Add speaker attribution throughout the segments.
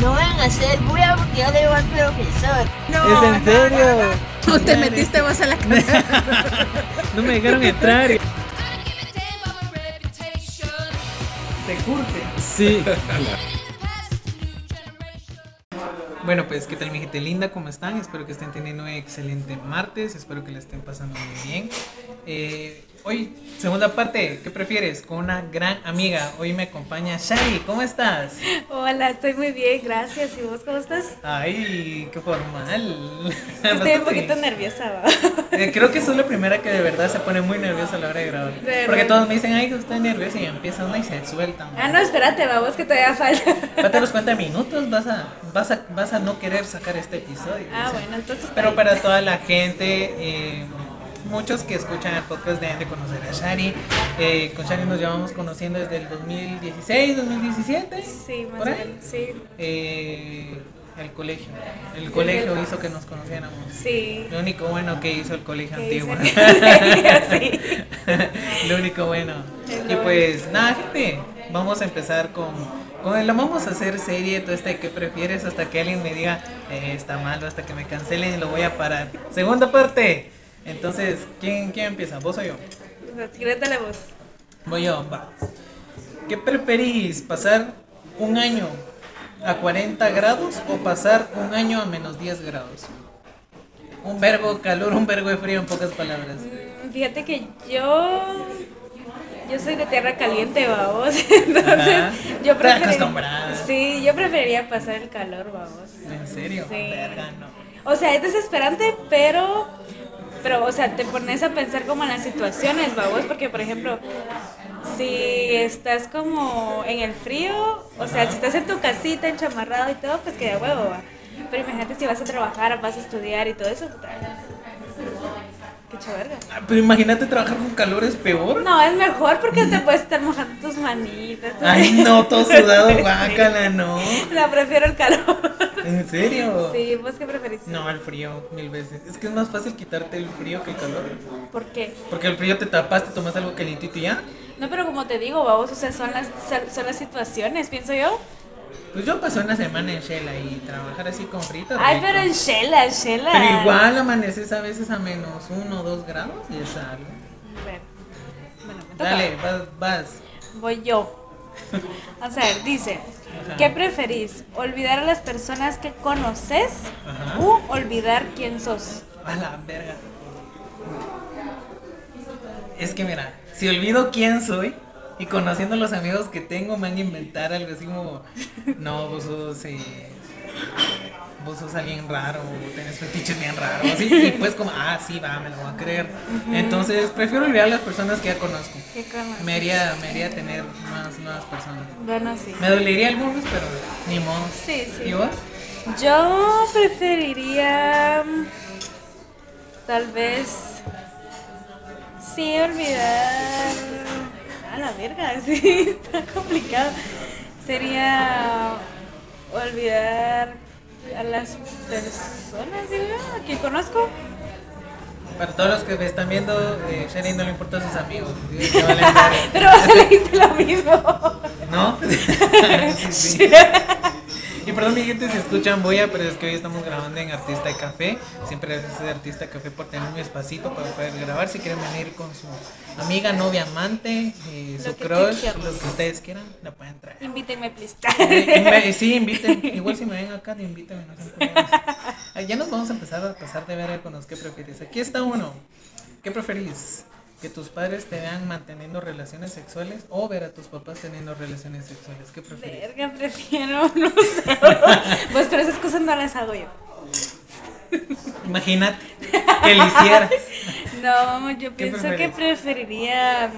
Speaker 1: No van a hacer bulla porque yo le digo al profesor.
Speaker 2: ¿Es en serio?
Speaker 3: No te metiste vos a la casa.
Speaker 2: No me dejaron entrar.
Speaker 4: Te curte.
Speaker 2: Sí.
Speaker 4: Bueno, pues qué tal mi gente linda, ¿cómo están? Espero que estén teniendo un excelente martes, espero que la estén pasando muy bien. Eh, hoy, segunda parte, ¿qué prefieres? Con una gran amiga, hoy me acompaña Shari, ¿cómo estás?
Speaker 5: Hola, estoy muy bien, gracias. ¿Y vos cómo estás?
Speaker 4: Ay, qué formal.
Speaker 5: Estoy un poquito
Speaker 4: Bastante.
Speaker 5: nerviosa.
Speaker 4: Eh, Creo que sos la primera que de verdad se pone muy nerviosa a la hora de grabar.
Speaker 5: verdad.
Speaker 4: Porque todos me dicen, ay, estoy nerviosa y empieza una y se sueltan.
Speaker 5: Ah, no, espérate, vamos que todavía falta.
Speaker 4: Date los 40 minutos, vas a, vas, a, vas a no querer sacar este episodio.
Speaker 5: Ah,
Speaker 4: O sea,
Speaker 5: bueno, entonces.
Speaker 4: Pero para toda la gente, eh, muchos que escuchan el podcast deben de conocer a Shari. Eh, con Shari nos llevamos conociendo desde el 2016, 2017.
Speaker 5: Sí, más o
Speaker 4: por ahí.
Speaker 5: menos. Sí,
Speaker 4: Eh, el colegio. El colegio hizo que nos conociéramos.
Speaker 5: sí.
Speaker 4: Lo único bueno que hizo el colegio
Speaker 5: ¿Qué
Speaker 4: antiguo.
Speaker 5: dicen? Sí.
Speaker 4: Lo único bueno.
Speaker 5: Es
Speaker 4: Y
Speaker 5: lo
Speaker 4: pues nada, gente, vamos a empezar con... con la vamos a hacer serie, todo este que prefieres hasta que alguien me diga, "Eh, está malo, hasta que me cancelen y lo voy a parar. Segunda parte. Entonces, ¿quién, quién empieza? ¿Vos o yo?
Speaker 5: Secreta la voz.
Speaker 4: Voy yo, va. ¿Qué preferís? ¿Pasar un año a 40 grados o pasar un año a menos 10 grados? Un vergo de calor, un vergo de frío, en pocas palabras.
Speaker 5: Mm, Fíjate que yo. Yo soy de tierra caliente, babos. Entonces,
Speaker 4: Ajá.
Speaker 5: yo
Speaker 4: Estás
Speaker 5: preferiría.
Speaker 4: acostumbrada.
Speaker 5: Sí, yo preferiría pasar el calor, babos.
Speaker 4: ¿En serio?
Speaker 5: Sí.
Speaker 4: Verga, no.
Speaker 5: O sea, es desesperante, pero, pero, o sea, te pones a pensar como en las situaciones, babos, porque, por ejemplo, si estás como en el frío, o sea, si estás en tu casita, enchamarrado y todo, pues que de huevo, va. Pero imagínate si vas a trabajar, vas a estudiar y todo eso, puta. Qué chavarga.
Speaker 4: Ah, Pero imagínate trabajar con calor es peor.
Speaker 5: No, es mejor porque te puedes estar mojando tus manitas. tus-
Speaker 4: Ay, no, todo sudado, guácala, no.
Speaker 5: La prefiero el calor.
Speaker 4: ¿En serio?
Speaker 5: Sí, ¿vos qué preferís?
Speaker 4: No, el frío, mil veces. Es que es más fácil quitarte el frío que el calor.
Speaker 5: ¿Por qué?
Speaker 4: Porque el frío te tapaste, tomas algo calientito y ya.
Speaker 5: No, pero como te digo, babos, o sea, son las, son las situaciones, pienso yo.
Speaker 4: Pues yo pasé una semana en Shela y trabajar así con frito.
Speaker 5: Ay,
Speaker 4: rico.
Speaker 5: pero en Shela, en Shela.
Speaker 4: Pero igual amaneces a veces a menos uno o dos grados y es algo.
Speaker 5: Bueno, bueno, me toca.
Speaker 4: Dale, vas, vas.
Speaker 5: Voy yo. O sea, dice,
Speaker 4: Ajá.
Speaker 5: ¿qué preferís? ¿Olvidar a las personas que conoces
Speaker 4: Ajá.
Speaker 5: o olvidar quién sos?
Speaker 4: A la verga. Es que mira, si olvido quién soy y conociendo los amigos que tengo me van a inventar algo así como, no, vos sos, eh, vos sos alguien raro, tenés fetiches bien raros, así, y pues como, ah, sí, va, me lo voy a creer. Entonces, prefiero olvidar a las personas que ya conozco.
Speaker 5: ¿Qué conoces?
Speaker 4: Me haría, me haría tener más nuevas personas.
Speaker 5: Bueno, sí.
Speaker 4: Me dolería algunos, pero ni modo.
Speaker 5: Sí, sí.
Speaker 4: ¿Y vos?
Speaker 5: Yo preferiría mm, tal vez sí olvidar a la verga, sí, está complicado. Sería olvidar a las personas digo yo, que conozco.
Speaker 4: Para todos los que me están viendo, eh, Shani no le importa a sus amigos. Dios, que valen madre.
Speaker 5: Pero vas a elegir lo mismo.
Speaker 4: ¿No? Sí, sí. Y perdón, mi gente, si escuchan Boya, pero es que hoy estamos grabando en Artista de Café. Siempre gracias a Artista de Café por tener un espacito para poder grabar. Si quieren venir con su amiga, novia, amante, eh, su
Speaker 5: Lo que tú
Speaker 4: crush,
Speaker 5: quieras.
Speaker 4: lo que ustedes quieran, la pueden traer.
Speaker 5: Invítenme, please.
Speaker 4: Eh, inve- sí, inviten. Igual si me ven acá, te invítame. No sean culeros. Ah, ya nos vamos a empezar a pasar de ver con los que prefieres. Aquí está uno. ¿Qué preferís? ¿Que tus padres te vean manteniendo relaciones sexuales o ver a tus papás teniendo relaciones sexuales? ¿Qué preferís?
Speaker 5: Verga, prefiero, no sé. Pues pero esas cosas no las hago yo.
Speaker 4: Imagínate que lo hicieras.
Speaker 5: No, yo
Speaker 4: ¿Qué
Speaker 5: pienso que
Speaker 4: prefieres?
Speaker 5: preferiría.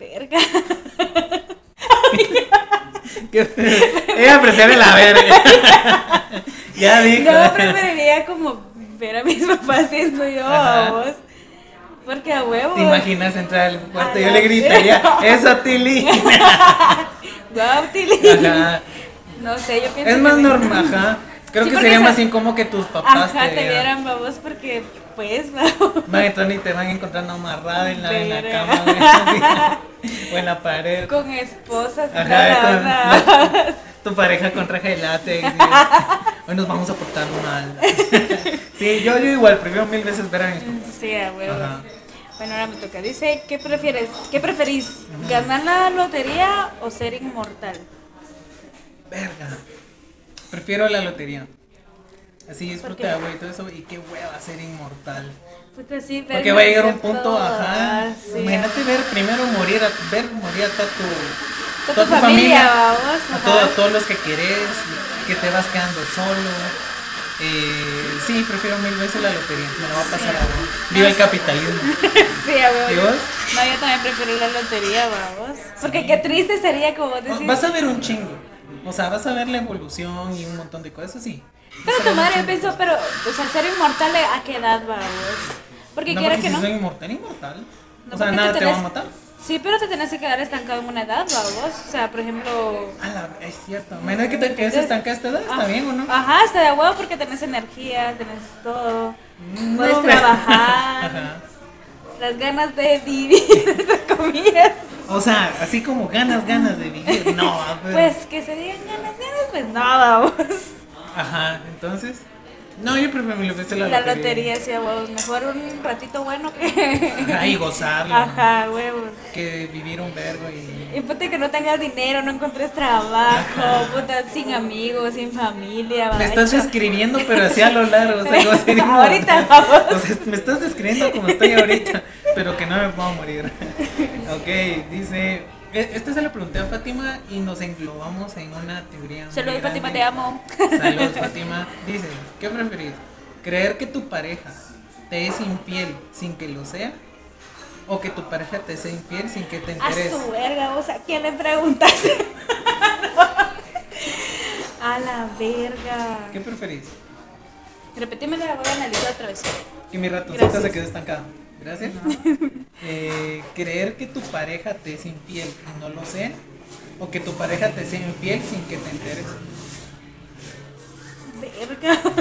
Speaker 5: Verga.
Speaker 4: Ella prefiere la verga. ya Ah, dijo.
Speaker 5: No, preferiría como ver a mis papás siendo yo
Speaker 4: Ajá.
Speaker 5: a vos. Porque a huevo.
Speaker 4: ¿Te imaginas entrar al cuarto?
Speaker 5: A
Speaker 4: Yo
Speaker 5: la
Speaker 4: le gritaría, eso Tilly.
Speaker 5: Guau, Tilly.
Speaker 4: Ajá.
Speaker 5: No sé, yo pienso.
Speaker 4: Es
Speaker 5: que
Speaker 4: más
Speaker 5: me-
Speaker 4: normal, ajá. Creo
Speaker 5: Sí,
Speaker 4: que
Speaker 5: porque
Speaker 4: sería
Speaker 5: se-
Speaker 4: más incómodo que tus papás
Speaker 5: Ajá,
Speaker 4: te vieran.
Speaker 5: babos porque, pues, babos.
Speaker 4: Van a entrar y te van encontrando amarrada en la, en la
Speaker 5: Verga.
Speaker 4: cama güey, así, o en la pared.
Speaker 5: Con esposas y
Speaker 4: Ajá,
Speaker 5: toda la
Speaker 4: con-
Speaker 5: onda.
Speaker 4: tu pareja con traje de látex. y- Hoy nos vamos a portar mal. sí, yo, yo igual, prefiero mil veces ver a mis papás.
Speaker 5: Sí, a huevos.
Speaker 4: Ajá.
Speaker 5: Bueno, ahora me toca. Dice, ¿qué prefieres? ¿Qué preferís? ¿Ganar la lotería o ser inmortal?
Speaker 4: Verga. Prefiero la lotería. Así
Speaker 5: ¿Por
Speaker 4: disfruta,
Speaker 5: qué?
Speaker 4: güey, y todo eso. Y qué hueva ser inmortal.
Speaker 5: Puta, Pues sí, pero
Speaker 4: Porque va a llegar un punto, ajá.
Speaker 5: Ah, sí.
Speaker 4: Imagínate ver primero morir, a, ver morir a toda tu,
Speaker 5: Toda tu familia, vamos,
Speaker 4: a,
Speaker 5: ajá.
Speaker 4: todo- a todos los que querés, que te vas quedando solo. Eh, sí, prefiero mil veces la lotería. Me la va a pasar a uno. Viva el capitalismo.
Speaker 5: Sí, a huevos.
Speaker 4: ¿Y vos?
Speaker 5: No, yo también prefiero la lotería, vamos. Porque qué triste sería como vos decís.
Speaker 4: Ah, Vas a ver un chingo. O sea, vas a ver la evolución y un montón de cosas, sí.
Speaker 5: Pero tu madre pensó, pero, o sea, ser inmortal a qué edad, vamos. Porque
Speaker 4: no,
Speaker 5: quiero
Speaker 4: porque
Speaker 5: que
Speaker 4: si
Speaker 5: no.
Speaker 4: soy inmortal, inmortal.
Speaker 5: No,
Speaker 4: o sea,
Speaker 5: porque
Speaker 4: nada te va a
Speaker 5: tenés-
Speaker 4: matar.
Speaker 5: Sí, pero te tenés que quedar estancado en una edad, vamos. O sea, por ejemplo.
Speaker 4: A la- es cierto. Menos que te quedes estancada a esta edad, está
Speaker 5: Ah,
Speaker 4: bien o no.
Speaker 5: Ajá, está de huevo porque tenés energía, tenés todo.
Speaker 4: No,
Speaker 5: puedes
Speaker 4: me-
Speaker 5: trabajar.
Speaker 4: Ajá.
Speaker 5: Las ganas de vivir, entre comillas.
Speaker 4: O sea, así como ganas, ganas de vivir. No, ah, pero-
Speaker 5: Pues que se digan ganas, ganas, pues no, vamos.
Speaker 4: Ajá, entonces. No, yo prefiero mil veces la,
Speaker 5: La lotería, sí, a huevos. Mejor un ratito bueno que.
Speaker 4: Ajá, y gozarlo.
Speaker 5: Ajá, huevos.
Speaker 4: Que vivir un vergo y.
Speaker 5: Y puta que no tengas dinero, no encuentres trabajo, puta, sin amigos, sin
Speaker 4: Me
Speaker 5: familia. vaya.
Speaker 4: estás describiendo, pero así a lo largo. O sea, yo sería un-
Speaker 5: Ahorita, vamos.
Speaker 4: O sea, me estás describiendo como estoy ahorita, pero que no me puedo morir. ok, dice. e- Esta se lo pregunté a Fátima y nos englobamos en una teoría.
Speaker 5: Se lo
Speaker 4: muy
Speaker 5: digo, Fátima,
Speaker 4: grande.
Speaker 5: te amo.
Speaker 4: Saludos, Fátima. Dice, ¿qué preferís? ¿Creer que tu pareja te es infiel sin que lo sea? ¿O que tu pareja te sea infiel sin que te
Speaker 5: A
Speaker 4: enteres?
Speaker 5: su verga, o sea, ¿quién le preguntas? a la verga.
Speaker 4: ¿Qué preferís?
Speaker 5: Repetime la voy a analizar otra vez.
Speaker 4: Que mi ratoncita
Speaker 5: Gracias.
Speaker 4: se quedó estancada. Gracias. Eh, ¿Creer que tu pareja te es infiel y no lo sea? ¿O que tu pareja te sea infiel sin que te enteres?
Speaker 5: Verga.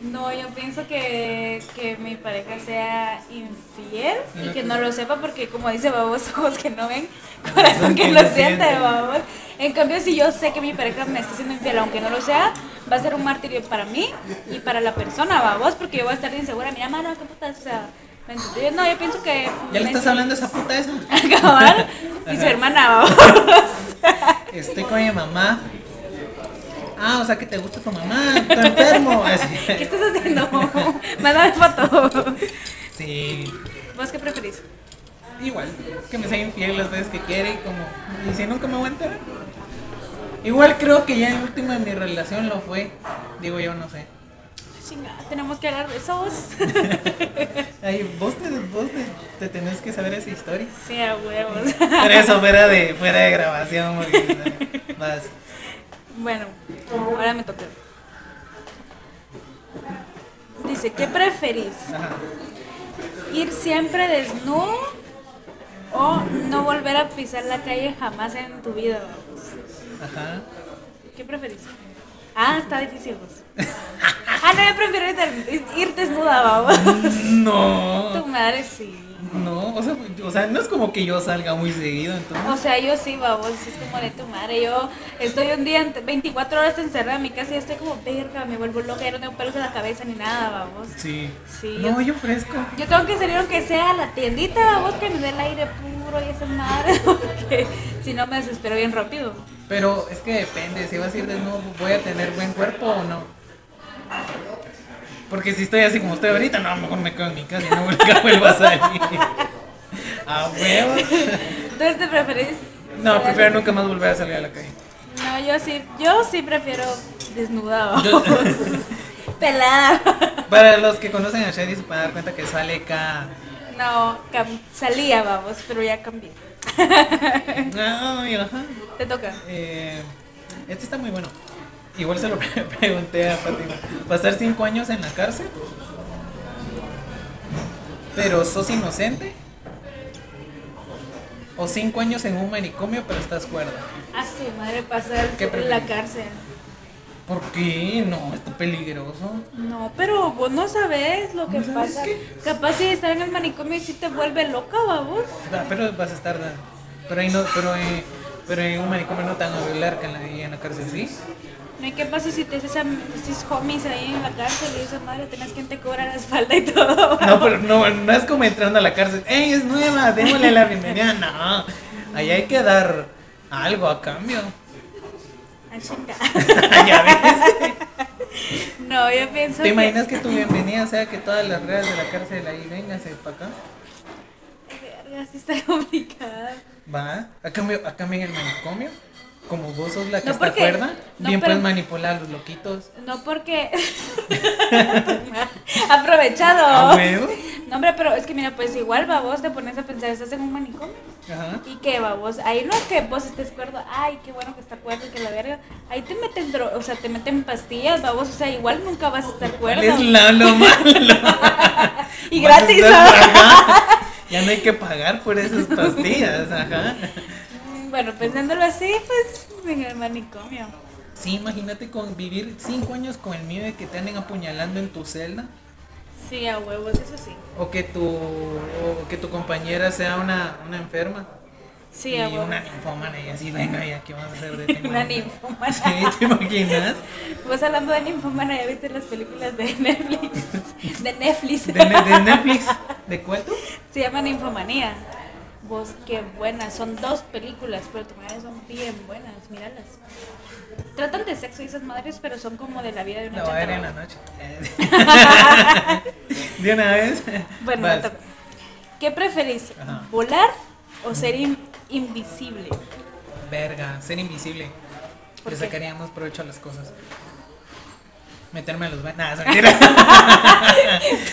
Speaker 5: No, yo pienso que, que mi pareja sea infiel
Speaker 4: Y
Speaker 5: y
Speaker 4: no
Speaker 5: que
Speaker 4: te-
Speaker 5: no lo sepa porque como dice babos, ojos que no ven, corazón que no siente, babos. En cambio, si yo sé que mi pareja me está siendo infiel, aunque no lo sea, va a ser un martirio para mí y para la persona, babos, porque yo voy a estar insegura, mira, mano, qué puta, o sea, ¿me entendés? No, yo pienso que...
Speaker 4: ¿Ya le
Speaker 5: me-
Speaker 4: estás hablando a esa puta esa?
Speaker 5: Cabal, y su
Speaker 4: Ajá.
Speaker 5: hermana, babos.
Speaker 4: Estoy con mi mamá. Ah, o sea que te gusta tu mamá, tu enfermo. Así.
Speaker 5: ¿Qué estás haciendo? Mándame foto.
Speaker 4: Sí.
Speaker 5: ¿Vos qué preferís?
Speaker 4: Igual, que me sea infiel las veces que quiere y como, y si nunca me voy a enterar. Igual creo que ya el último de mi relación lo fue, digo yo, no sé.
Speaker 5: Chingada, tenemos que hablar de esos.
Speaker 4: Ay, vos te, vos te, te tenés que saber esa historia.
Speaker 5: Sí, a huevos.
Speaker 4: Pero eso fuera de, fuera de grabación, porque, o sea, vas.
Speaker 5: Bueno, ahora me toca. Dice, ¿qué preferís?
Speaker 4: Ajá.
Speaker 5: ¿Ir siempre desnudo o no volver a pisar la calle jamás en tu vida? babos?
Speaker 4: Ajá.
Speaker 5: ¿Qué preferís? Ah, está difícil. vos. Ah, no, yo prefiero ir, des- ir desnuda, vamos. Tu
Speaker 4: No.
Speaker 5: madre sí.
Speaker 4: No, o sea, o sea, no es como que yo salga muy seguido, entonces.
Speaker 5: O sea, yo sí, babos, es como de tu madre. Yo estoy un día, ent- 24 horas encerrada en mi casa y estoy como, verga, me vuelvo loca, ya no tengo pelos en la cabeza ni nada, babos.
Speaker 4: Sí.
Speaker 5: Sí,
Speaker 4: No,
Speaker 5: yo-
Speaker 4: yo fresco.
Speaker 5: Yo tengo que salir aunque sea a la tiendita, babos, que me dé el aire puro y esa madre, porque si no me desespero bien rápido.
Speaker 4: Pero es que depende, si vas a ir desnudo, ¿voy a tener buen cuerpo o no? Porque si estoy así como estoy ahorita, no, mejor me quedo en mi casa y no nunca vuelvo a salir. A huevo.
Speaker 5: Entonces, ¿te preferís?
Speaker 4: No, prefiero nunca más volver a salir a la calle.
Speaker 5: No, yo sí, yo sí prefiero desnuda, babos. Pelada.
Speaker 4: Para los que conocen a Shady se van a dar cuenta que sale acá.
Speaker 5: No, cam- salía, babos, pero ya cambié.
Speaker 4: Ay, ajá.
Speaker 5: Te toca.
Speaker 4: Eh, este está muy bueno. Igual se lo pre- pregunté a Fátima. ¿Pasar cinco años en la cárcel? ¿Pero sos inocente? ¿O cinco años en un manicomio pero estás cuerda?
Speaker 5: A Ah, su madre pasar
Speaker 4: ¿Qué
Speaker 5: en la
Speaker 4: prefieres?
Speaker 5: cárcel.
Speaker 4: ¿Por qué? No, está peligroso.
Speaker 5: No, pero vos no sabes lo que
Speaker 4: ¿No sabes
Speaker 5: pasa.
Speaker 4: qué?
Speaker 5: Capaz si estar en el manicomio y si te vuelve loca, babos.
Speaker 4: Ah, Pero vas a estar... Pero, ahí no, pero, eh, Pero en un manicomio no te van a violar que en la, en la cárcel, ¿sí?
Speaker 5: No, ¿y qué pasa si te haces, am- tus homies ahí en la cárcel y esa madre tenés quien te cobra la espalda y todo?
Speaker 4: No, pero no, no es como entrando a la cárcel. ¡Ey, es nueva! Démosle la bienvenida. No, ahí hay que dar algo a cambio.
Speaker 5: Ah, chinga.
Speaker 4: Ya ves.
Speaker 5: No, yo pienso
Speaker 4: ¿Te
Speaker 5: que-
Speaker 4: imaginas que tu bienvenida sea que todas las redes de la cárcel ahí vénganse para acá?
Speaker 5: Verga, sí está complicada.
Speaker 4: Va, a cambio, a cambio en el manicomio, como vos sos la que
Speaker 5: No,
Speaker 4: está
Speaker 5: porque-
Speaker 4: cuerda,
Speaker 5: no,
Speaker 4: bien
Speaker 5: pero-
Speaker 4: puedes manipular a los loquitos.
Speaker 5: No porque... Aprovechado.
Speaker 4: ¿A huevo?
Speaker 5: No, hombre, pero es que mira, pues igual, babos, te pones a pensar, estás en un manicomio.
Speaker 4: Ajá.
Speaker 5: ¿Y qué, babos? Ahí no es que vos estés cuerdo, ay, qué bueno que está cuerdo y que la verga. Ahí te meten, dro- o sea, te meten pastillas, babos, o sea, igual nunca vas a estar cuerdo.
Speaker 4: Es lo, lo malo.
Speaker 5: Y
Speaker 4: Vas a
Speaker 5: gratis, ¿ah?
Speaker 4: estar-
Speaker 5: ¿no?
Speaker 4: ajá. Ya no hay que pagar por esas pastillas, ajá.
Speaker 5: Mm, Bueno, pensándolo así, pues en el manicomio.
Speaker 4: Sí, imagínate con vivir cinco años con el miedo de que te anden apuñalando en tu celda.
Speaker 5: Sí, a huevos, eso sí.
Speaker 4: O que tu, o que tu compañera sea una, una enferma.
Speaker 5: Sí, a
Speaker 4: y
Speaker 5: huevos.
Speaker 4: una ninfómana y así, venga, ya, ¿qué vas a hacer de ti?
Speaker 5: Una
Speaker 4: mana?
Speaker 5: ninfómana.
Speaker 4: Sí, ¿te imaginas?
Speaker 5: Vos hablando de ninfómana, ¿ya viste las películas de Netflix? De Netflix.
Speaker 4: De, Ne- de Netflix. ¿De cuál tú?
Speaker 5: Se llama Ninfomanía. Vos, qué buenas. Son dos películas, pero tu madre son bien buenas. Míralas. Tratan de sexo y esas madres, pero son como de la vida de una
Speaker 4: La voy a ver en la
Speaker 5: chatarra.
Speaker 4: noche. De una vez.
Speaker 5: Bueno,
Speaker 4: Vas.
Speaker 5: no te- ¿qué preferís?
Speaker 4: Ajá.
Speaker 5: ¿Volar o ser in- invisible?
Speaker 4: Verga, ser invisible.
Speaker 5: ¿Por
Speaker 4: Le
Speaker 5: qué?
Speaker 4: sacaría más provecho a las cosas. Meterme a los baños. Nada, es mentira.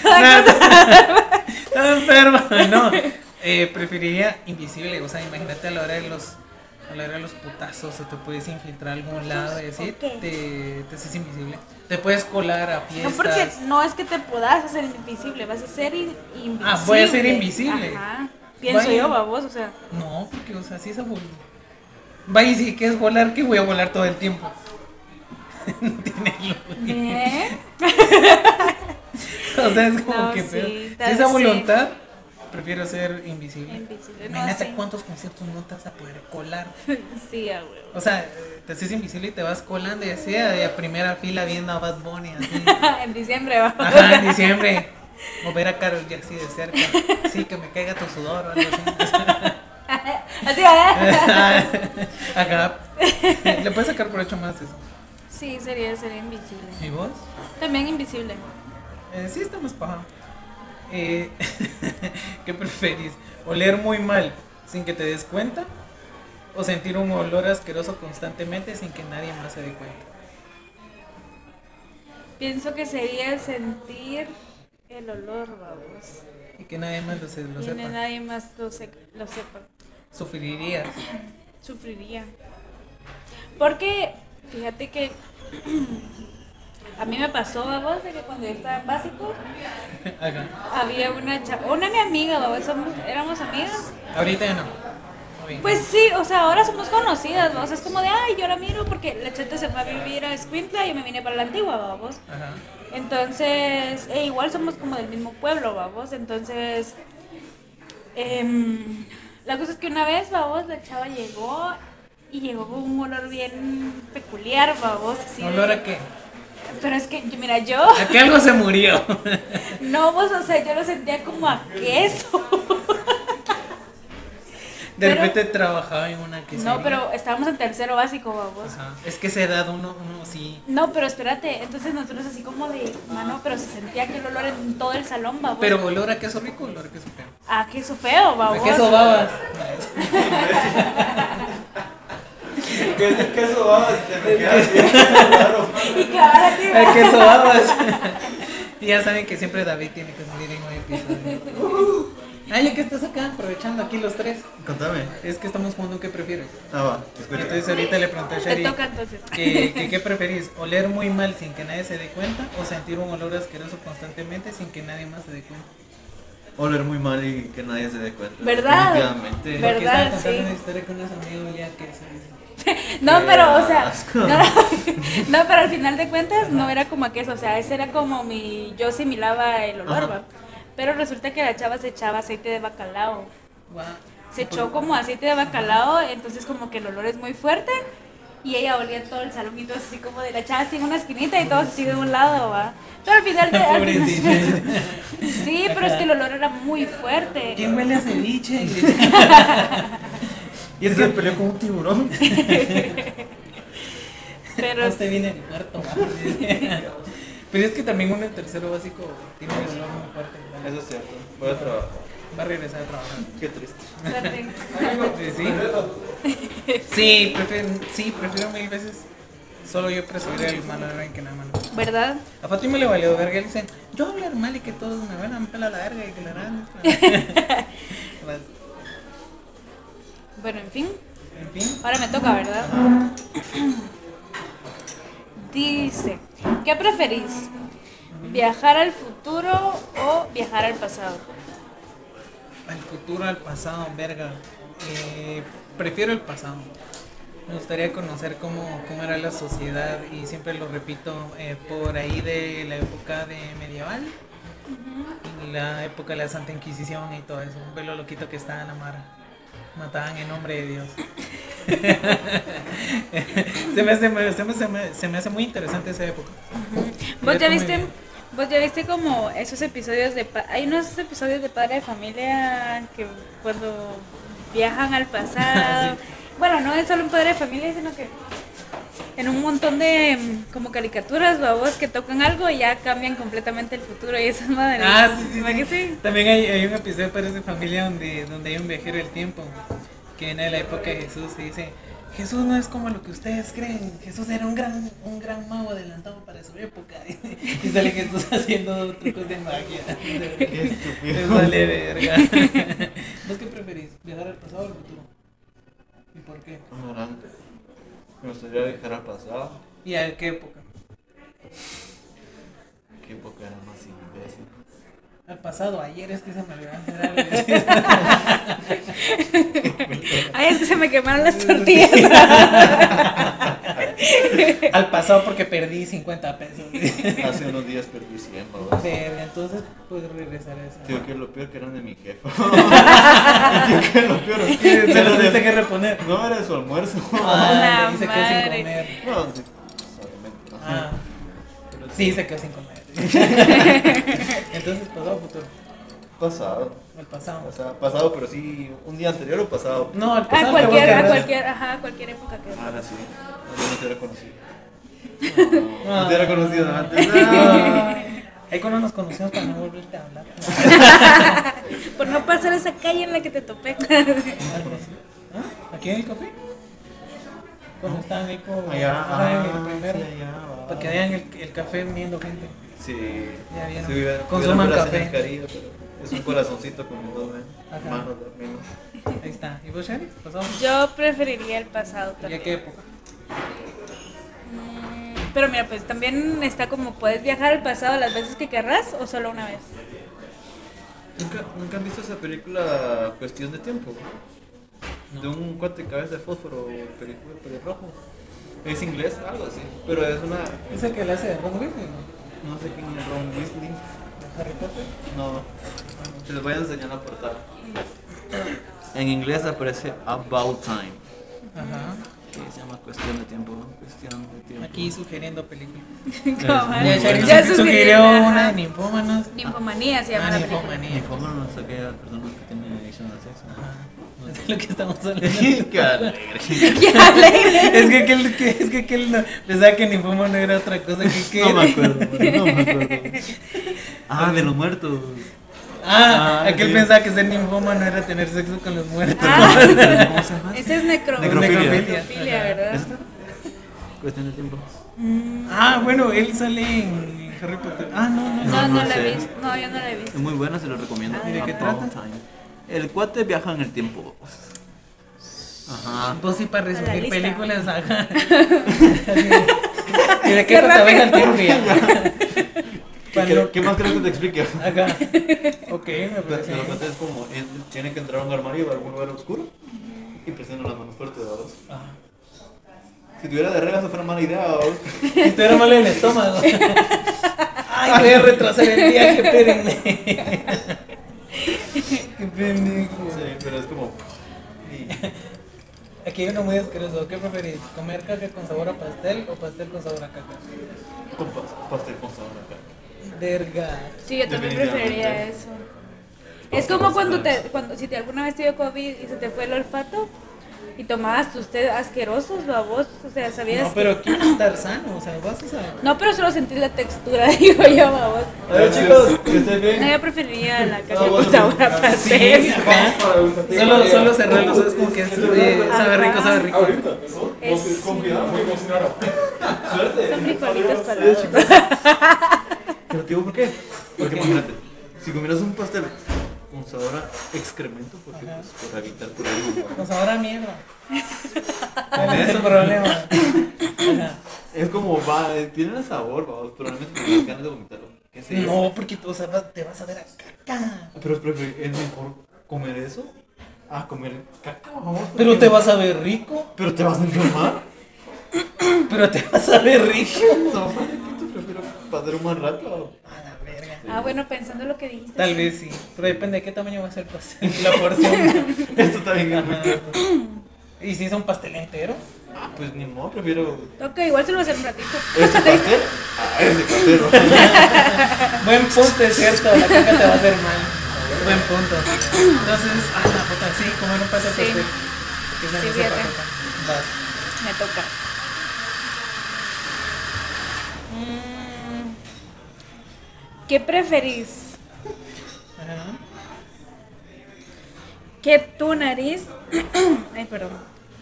Speaker 4: Nah, Estaba enferma. No. Eh, preferiría invisible. O sea, imagínate a la hora de los. A la hora de los putazos, o te puedes infiltrar a algún lado y así
Speaker 5: Ok.
Speaker 4: te, te haces invisible. Te puedes colar a
Speaker 5: No,
Speaker 4: fiestas.
Speaker 5: porque no es que te puedas hacer invisible, vas a ser in- invisible.
Speaker 4: Ah, voy a ser invisible.
Speaker 5: Ajá. Pienso
Speaker 4: Vaya.
Speaker 5: yo, babos, o sea.
Speaker 4: No, porque, o sea, sí es aburrido. Va y si quieres volar, que voy a volar todo el tiempo. no tiene lógica.
Speaker 5: ¿eh?
Speaker 4: O sea, es como
Speaker 5: No,
Speaker 4: que
Speaker 5: sí,
Speaker 4: pedo.
Speaker 5: tal
Speaker 4: si es a
Speaker 5: vez
Speaker 4: voluntad, prefiero ser invisible.
Speaker 5: Invisible, no,
Speaker 4: Imagínate
Speaker 5: sí.
Speaker 4: cuántos conciertos no te vas a poder colar.
Speaker 5: Sí, a huevo.
Speaker 4: O sea, te haces invisible y te vas colando y así a, a primera fila viendo a Bad Bunny así.
Speaker 5: en diciembre, babos.
Speaker 4: Ajá, en diciembre. O ver a Carol ya así de cerca. Sí, que me caiga tu sudor o algo así.
Speaker 5: Así, ¿eh?
Speaker 4: Acá. Le puedes sacar provecho más eso.
Speaker 5: Sí, sería, sería invisible.
Speaker 4: ¿Y vos?
Speaker 5: También invisible.
Speaker 4: Eh, sí, está más paja. Eh, ¿Qué preferís? ¿Oler muy mal sin que te des cuenta? ¿O sentir un olor asqueroso constantemente sin que nadie más se dé cuenta?
Speaker 5: Pienso que sería sentir el olor, vamos.
Speaker 4: Y que nadie más lo, se, lo
Speaker 5: Y no
Speaker 4: sepa.
Speaker 5: nadie más lo, se- lo sepa.
Speaker 4: Sufrirías.
Speaker 5: Sufriría. Porque, fíjate que a mí me pasó, vamos, de que cuando yo estaba en básico,
Speaker 4: Ajá.
Speaker 5: había una chava, una mi amiga, vamos, somos- éramos amigas.
Speaker 4: Ahorita ya no. Muy bien.
Speaker 5: Pues sí, o sea, ahora somos conocidas, vamos. Es como de, ay, yo la miro porque la cheta se fue a vivir a Escuintla y yo me vine para la antigua, vamos.
Speaker 4: Ajá.
Speaker 5: Entonces, e igual somos como del mismo pueblo, vamos. Entonces, em, la cosa es que una vez, vamos, la chava llegó y llegó con un olor bien peculiar, vamos. así de-
Speaker 4: ¿Olor a qué?
Speaker 5: Pero es que, yo- mira, yo
Speaker 4: ¿A qué algo se murió?
Speaker 5: no, vos, o sea, yo lo sentía como a queso.
Speaker 4: De
Speaker 5: Pero-
Speaker 4: repente trabajaba en una que
Speaker 5: No, pero estábamos en tercero básico, vamos.
Speaker 4: Ajá. Es que esa edad uno, uno sí.
Speaker 5: No, pero espérate, entonces nosotros así como de mano, pero se sentía aquel olor en todo el salón, babos.
Speaker 4: Pero olor a queso rico, olor a queso feo.
Speaker 5: Ah, queso feo, babos.
Speaker 4: ¿A queso babas?
Speaker 6: ¿Qué es el queso babas? Te me quedas bien raro.
Speaker 5: Y que ahora sí,
Speaker 4: El queso babas. y ya saben que siempre David tiene que salir en un episodio. Ay, que estás acá aprovechando aquí los tres.
Speaker 6: Contame.
Speaker 4: Es que estamos jugando qué prefieres.
Speaker 6: Ah, va,
Speaker 4: Y
Speaker 6: escucha.
Speaker 4: entonces ahorita le pregunté a
Speaker 5: Te
Speaker 4: Shari
Speaker 5: toca entonces.
Speaker 4: que, que qué preferís, oler muy mal sin que nadie se dé cuenta o sentir un olor asqueroso constantemente sin que nadie más se dé cuenta.
Speaker 6: Oler muy mal y que nadie se dé cuenta.
Speaker 5: ¿Verdad?
Speaker 6: Definitivamente.
Speaker 5: Ver-
Speaker 4: Porque estaba
Speaker 5: ¿Verdad?
Speaker 4: contando
Speaker 5: Sí.
Speaker 4: una historia con unas amigas olía a queso.
Speaker 5: No, pero, o sea,
Speaker 6: asco.
Speaker 5: no, no, pero al final de cuentas no era como a queso, o sea, ese era como mi, yo similaba el olor,
Speaker 6: Ajá.
Speaker 5: va. Pero resulta que la chava se echaba aceite de bacalao.
Speaker 4: Guau.
Speaker 5: se echó como aceite de bacalao, entonces como que el olor es muy fuerte y ella olía todo el salón y todos así como de la chava así en una esquinita y todos así de un lado, va. Pero al final... de- al final-
Speaker 4: Pobrecita.
Speaker 5: sí, pero es que el olor era muy fuerte.
Speaker 4: ¿Quién huele a ceviche?
Speaker 6: Y es que peleó con un tiburón.
Speaker 5: Pero
Speaker 4: No te Este viene el cuarto. va. Pero es que también un tercero básico tiene un olor muy fuerte. ¿verdad?
Speaker 6: Eso es cierto. Voy a trabajar.
Speaker 4: Va a regresar a trabajar.
Speaker 6: Qué triste.
Speaker 5: Espérate.
Speaker 4: Sí, sí. Sí, prefiero, sí, prefiero mil veces. Solo yo prefiero el mal en que nada malo.
Speaker 5: ¿Verdad?
Speaker 4: A Fátima le valió verga y le dicen, yo hablar mal y que todos me van a pelar la verga y que la harán. en
Speaker 5: Bueno, en fin.
Speaker 4: fin.
Speaker 5: Ahora me toca, ¿verdad? Dice, ¿qué preferís? ¿Viajar al futuro o viajar al pasado?
Speaker 4: Al futuro, al pasado, verga. Eh, prefiero el pasado. Me gustaría conocer cómo, cómo era la sociedad y siempre lo repito, eh, por ahí de la época de medieval, la época de la Santa Inquisición y todo eso, un pelo loquito que estaba en la mara. Mataban en nombre de Dios. se, me hace, se me- se me- se me hace muy interesante esa época.
Speaker 5: ¿Vos
Speaker 4: Fíjate,
Speaker 5: ya
Speaker 4: muy
Speaker 5: viste,
Speaker 4: bien.
Speaker 5: vos ya viste como esos episodios de... pa- Hay unos episodios de Padre de Familia que cuando viajan al
Speaker 4: Ah,
Speaker 5: pasado... Bueno, no es solo un Padre de Familia, sino que en un montón de mm, como caricaturas o voz que tocan algo y ya cambian completamente el futuro y esas madres.
Speaker 4: Ah, sí, sí, sí.
Speaker 5: ¿Verdad que sí?
Speaker 4: También hay, hay un episodio para esa familia donde, donde hay un viajero del tiempo que viene de la época de Jesús y dice, Jesús no es como lo que ustedes creen, Jesús era un gran, un gran mago adelantado para su época. Y sale Jesús haciendo trucos de magia.
Speaker 6: Qué estúpido.
Speaker 4: Les vale verga. ¿Vos qué preferís? ¿Viajar al pasado o al futuro? ¿Y por qué?
Speaker 6: Ignorante. Me gustaría viajar al pasado.
Speaker 4: ¿Y a qué época?
Speaker 6: Qué época era más imbécil.
Speaker 4: Al pasado, ayer es que se me olvidó hacer algo.
Speaker 5: Ay, es que se me quemaron las tortillas.
Speaker 4: Al pasado porque perdí 50 pesos.
Speaker 6: Hace unos días perdí 100, babas.
Speaker 4: Verga, entonces pues regresar a eso.
Speaker 6: Tío, que lo peor que eran de mi jefa. Tío, que lo peor es que
Speaker 4: Se
Speaker 6: se
Speaker 4: lo
Speaker 6: los
Speaker 4: tuviste
Speaker 6: de-
Speaker 4: que reponer.
Speaker 6: No era su almuerzo.
Speaker 4: Ah,
Speaker 5: La
Speaker 4: y se quedó sin
Speaker 5: madre.
Speaker 4: comer.
Speaker 6: No, sí, pues, obviamente. ¿no?
Speaker 4: Ah, sí, se quedó sin comer. Entonces, pues, pasado o futuro,
Speaker 6: Pasado.
Speaker 4: el pasado.
Speaker 6: O sea, pasado, pero sí, un día anterior o pasado.
Speaker 4: No, el pasado
Speaker 5: A
Speaker 4: te voy
Speaker 5: Ah, cualquier, a
Speaker 4: ganar.
Speaker 5: cualquier, ajá, a cualquier época que.
Speaker 6: Ahora sí. No, yo no te hubiera conocido. No, no te hubiera conocido antes.
Speaker 4: Ah, Ahí cuando nos conocimos para no volverte a hablar.
Speaker 5: Por no pasar esa calle en la que te topé.
Speaker 4: Algo así. ¿Ah? ¿Aquí en el café? Cuando estaban ahí por
Speaker 6: Allá,
Speaker 4: ajá, en
Speaker 6: ah,
Speaker 4: el primero.
Speaker 6: sí, allá, va.
Speaker 4: Para que vean el, el café uniendo gente.
Speaker 6: Sí.
Speaker 4: Ya vieron.
Speaker 6: Sí, hubiera-
Speaker 4: Consuman
Speaker 6: hubiera un corazón
Speaker 4: café.
Speaker 6: Caribe, pero es un corazoncito con mis dos man-
Speaker 4: Ajá.
Speaker 6: manos al menos.
Speaker 4: Ahí está. ¿Y vos, Sherry? ¿Pasado?
Speaker 5: Yo preferiría el pasado
Speaker 4: ¿Y a
Speaker 5: también.
Speaker 4: qué época?
Speaker 5: Mm, Pero mira, pues también está como puedes viajar al pasado las veces que querrás o solo una vez.
Speaker 6: ¿Nunca, ¿Nunca han visto esa película Cuestión de Tiempo? De un cuate cabeza de fósforo, película pelirrojo. Es inglés, algo así. Pero es una.
Speaker 4: ¿Es el que le hace de Ron Weasley, no?
Speaker 6: No sé quién es Ron Weasley.
Speaker 4: ¿De Harry Potter?
Speaker 6: No. Se les voy a enseñar la portada. En inglés aparece About Time.
Speaker 4: Ajá.
Speaker 6: Que se llama Cuestión de Tiempo. Cuestión de Tiempo.
Speaker 4: Aquí sugiriendo películas.
Speaker 5: Como,
Speaker 6: muy
Speaker 5: ah,
Speaker 4: Ya,
Speaker 6: buena.
Speaker 4: Sherry
Speaker 5: ya
Speaker 4: su-
Speaker 5: sugirió
Speaker 4: sugirió una de
Speaker 5: ajá.
Speaker 4: ninfómanos.
Speaker 5: Ninfomanía se llama
Speaker 4: Ah,
Speaker 5: la película.
Speaker 6: Y
Speaker 4: ninfomanía.
Speaker 6: cómo no sé qué personas que tienen adicción al sexo.
Speaker 4: Ajá. Es lo que estamos hablando.
Speaker 6: Qué alegre.
Speaker 5: Qué alegre.
Speaker 4: es que aquel, que, es que aquel no, pensaba que ninfómano era otra cosa que que
Speaker 6: No me acuerdo, no me acuerdo. Ah, de los muertos.
Speaker 4: Ah,
Speaker 6: Ah,
Speaker 4: aquel
Speaker 6: sí.
Speaker 4: pensaba que ser ninfómano era tener sexo con los muertos.
Speaker 5: Ah.
Speaker 6: ¿Cómo se llama?
Speaker 5: Ese es necro-
Speaker 6: Necrofilia.
Speaker 5: necrofilia, ¿verdad?
Speaker 6: ¿Esta? Cuestión de tiempo.
Speaker 4: Ah, bueno, él sale en Harry Potter. Ah, no, no.
Speaker 5: No,
Speaker 6: No,
Speaker 5: no
Speaker 6: no
Speaker 5: la he
Speaker 6: sé.
Speaker 5: visto. No, yo no la he
Speaker 6: Es
Speaker 5: visto.
Speaker 6: muy buena, se lo recomiendo.
Speaker 4: ¿Y Ah, de qué
Speaker 6: About
Speaker 4: trata?
Speaker 6: Time. El cuate viaja en el tiempo. Ajá.
Speaker 4: Vos Pues sí para
Speaker 5: la
Speaker 4: resumir
Speaker 5: lista.
Speaker 4: películas, ajá. Así. ¿Y de qué
Speaker 5: Qué
Speaker 4: trata venga el
Speaker 5: rápido.
Speaker 4: tiempo ya?
Speaker 6: ¿Qué, qué, qué más crees que te explique?
Speaker 4: Ajá. Ok, me
Speaker 6: Pero
Speaker 4: parece.
Speaker 6: De repente es como, él tiene que entrar a un armario o algún lugar oscuro y presiona la mano fuerte de dos.
Speaker 4: Ajá.
Speaker 6: Si tuviera de reglas, no fuera mala idea. ¿verdad?
Speaker 4: Esto era mal en el estómago. Ay, voy a retrasar el viaje, espérenme. Qué pendejo.
Speaker 6: Sí, pero es como,
Speaker 4: Aquí hay uno muy asqueroso. ¿Qué preferís? ¿Comer caca con sabor a pastel o pastel con sabor a caca?
Speaker 6: Con pas- pastel con sabor a caca.
Speaker 4: Verga.
Speaker 5: Sí, yo también preferiría
Speaker 6: Definitivamente.
Speaker 5: eso. Es como cuando te, cuando si te alguna vez te dio COVID y se te fue el olfato y tomabas tus té asquerosos, babos, o sea, sabías.
Speaker 4: No,
Speaker 5: que-
Speaker 4: pero quieres estar sano, o sea, vas a saber.
Speaker 5: No, pero solo sentís la textura, digo yo, babos.
Speaker 6: A ver, chicos, que estén bien.
Speaker 5: No, yo preferiría la caca
Speaker 6: Ah,
Speaker 5: con
Speaker 6: bueno,
Speaker 5: sabor a
Speaker 6: sí,
Speaker 5: pastel.
Speaker 6: Vamos para el partido.
Speaker 4: Solo, solo cerrarlo, ¿sabes? Como que es, eh, sabe rico, sabe rico.
Speaker 6: Ahorita,
Speaker 5: Es-
Speaker 6: Vos, con cuidado, muy emocionado. Suerte.
Speaker 5: Son frijolitos para
Speaker 6: Adiós, chicos. Pero te digo por qué. Porque imagínate, si comieras un pastel con sabor a excremento, porque pues por evitar por algo.
Speaker 4: Con sabor a mierda. ¿Cuál es el problema? Ajá.
Speaker 6: Es como va, eh, tiene el sabor, vamos, pero realmente me dan ganas de vomitarlo. ¿Qué sé yo?
Speaker 4: No, porque tú, o sea, va- te vas a ver a caca.
Speaker 6: Pero es prefer- es mejor comer eso a comer caca, vamos. porque-
Speaker 4: Pero te vas a ver rico.
Speaker 6: Pero te vas a enfermar.
Speaker 4: Pero te vas a ver rico.
Speaker 6: No, te prefiero pasar un buen rato. vamos.
Speaker 4: A la verga.
Speaker 5: Ah, bueno, pensando lo que dijiste.
Speaker 4: Tal
Speaker 5: sí.
Speaker 4: vez sí. Pero depende de qué tamaño va a ser el pastel. La porción.
Speaker 6: Esto también es muy
Speaker 4: Ajá.
Speaker 6: cierto.
Speaker 4: ¿Y si es un pastel entero?
Speaker 6: Ah, Pues ni modo, prefiero
Speaker 5: Ok, igual se lo voy a hacer un ratito.
Speaker 6: ¿Este pastel? Ah, ese pastel.
Speaker 4: Buen punto, es cierto, la caca te va a hacer mal. Buen punto. Entonces, ah, la puta, sí, comer un pastel
Speaker 5: Sí.
Speaker 4: pastel. Que se
Speaker 5: Sí,
Speaker 4: me hace
Speaker 5: fíjate.
Speaker 4: patata. Vas.
Speaker 5: Me toca. Mm, ¿Qué preferís?
Speaker 4: Ajá.
Speaker 5: que tu nariz, ay, perdón,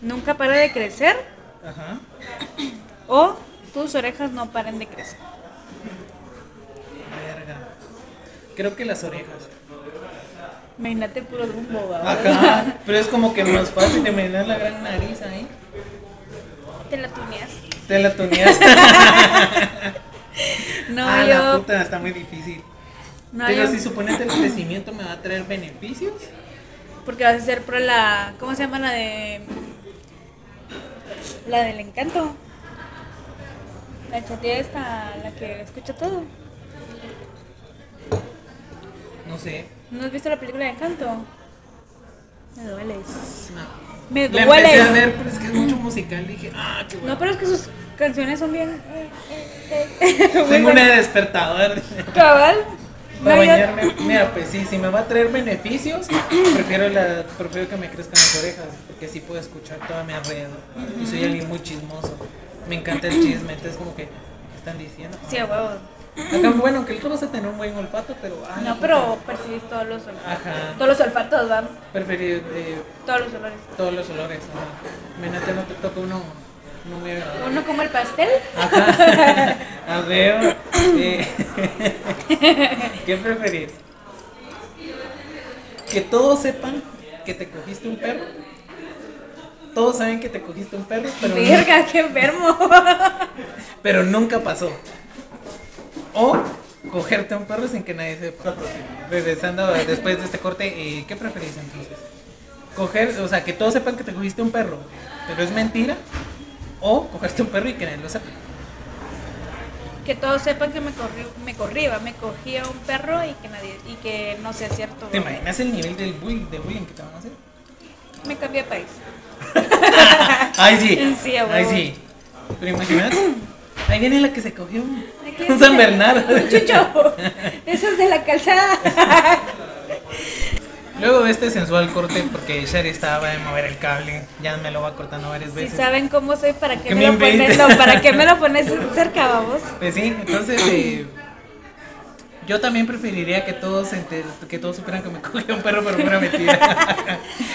Speaker 5: nunca para de crecer
Speaker 4: Ajá.
Speaker 5: o tus orejas no paren de crecer.
Speaker 4: Verga. Creo que las orejas.
Speaker 5: Imagínate puro rumbo,
Speaker 4: Ajá. Pero es como que más fácil de imaginar la gran nariz ahí.
Speaker 5: Te la tuneas.
Speaker 4: Te la tuneas.
Speaker 5: No,
Speaker 4: ah, la
Speaker 5: yo.
Speaker 4: puta, está muy difícil.
Speaker 5: No,
Speaker 4: Pero
Speaker 5: yo.
Speaker 4: si suponete el crecimiento me va a traer beneficios.
Speaker 5: Porque vas a ser pro la. ¿Cómo se llama la de. La del encanto? La chatilla esta, la que escucha todo.
Speaker 4: No sé.
Speaker 5: ¿No has visto la película de encanto? Me dueles.
Speaker 4: No.
Speaker 5: Me
Speaker 4: La empecé a
Speaker 5: dueles.
Speaker 4: ver, pero es que es mucho musical. Dije, ah, qué bueno.
Speaker 5: No, pero es que sus canciones son bien. eh, Muy
Speaker 4: Tengo
Speaker 5: buenas.
Speaker 4: una de despertador.
Speaker 5: Cabal.
Speaker 4: Para
Speaker 5: No, yo-
Speaker 4: bañarme, mira, pues sí, si me va a traer beneficios, prefiero, la, prefiero que me crezcan las orejas, porque así puedo escuchar todo a mi alrededor. Y soy alguien muy chismoso. Me encanta el chisme, entonces como que, ¿qué están diciendo?
Speaker 5: Sí, a huevo.
Speaker 4: Acá, bueno, que el vas a tener un buen olfato, pero... ay,
Speaker 5: No, pero percibís todos los olfatos.
Speaker 4: Ajá.
Speaker 5: Todos los olfatos, van.
Speaker 4: Preferir eh,
Speaker 5: Todos los olores.
Speaker 4: todos los olores. ajá. Imagínate, no te toca uno, no muy agradable.
Speaker 5: Uno como el pastel.
Speaker 4: Ajá. A ver, eh, ¿qué preferís? Que todos sepan que te cogiste un perro. Todos saben que te cogiste un perro, pero, nu-
Speaker 5: Verga, qué enfermo.
Speaker 4: pero nunca pasó. O cogerte un perro sin que nadie sepa. Regresando después de este corte, eh, ¿qué preferís entonces? Coger, o sea, que todos sepan que te cogiste un perro, pero es mentira. O cogerte un perro y que nadie lo sepa.
Speaker 5: que todos sepan que me corrí, me corrí, va, me cogía un perro y que nadie, y que no sea cierto.
Speaker 4: ¿Te
Speaker 5: va.
Speaker 4: imaginas el nivel del bullying, de bullying que te van a hacer?
Speaker 5: Me cambié de país.
Speaker 4: Ay, sí.
Speaker 5: Sí, a huevo.
Speaker 4: Ay, sí. Pero imagínate. Ahí viene la que se cogió un,
Speaker 5: Aquí
Speaker 4: un
Speaker 5: es-
Speaker 4: San Bernardo.
Speaker 5: Un chucho. Eso es de la calzada.
Speaker 4: Luego de este sensual corte, porque Sherry estaba de mover el cable, ya me lo va cortando varias
Speaker 5: Si
Speaker 4: veces.
Speaker 5: saben cómo soy, ¿para qué
Speaker 4: Que
Speaker 5: me
Speaker 4: me
Speaker 5: lo pones?
Speaker 4: inventes.
Speaker 5: No, ¿para qué me lo pones cerca, vamos?
Speaker 4: Pues sí, entonces eh, yo también preferiría que todos se enter- que todos supieran que me cogió un perro, pero una mentira.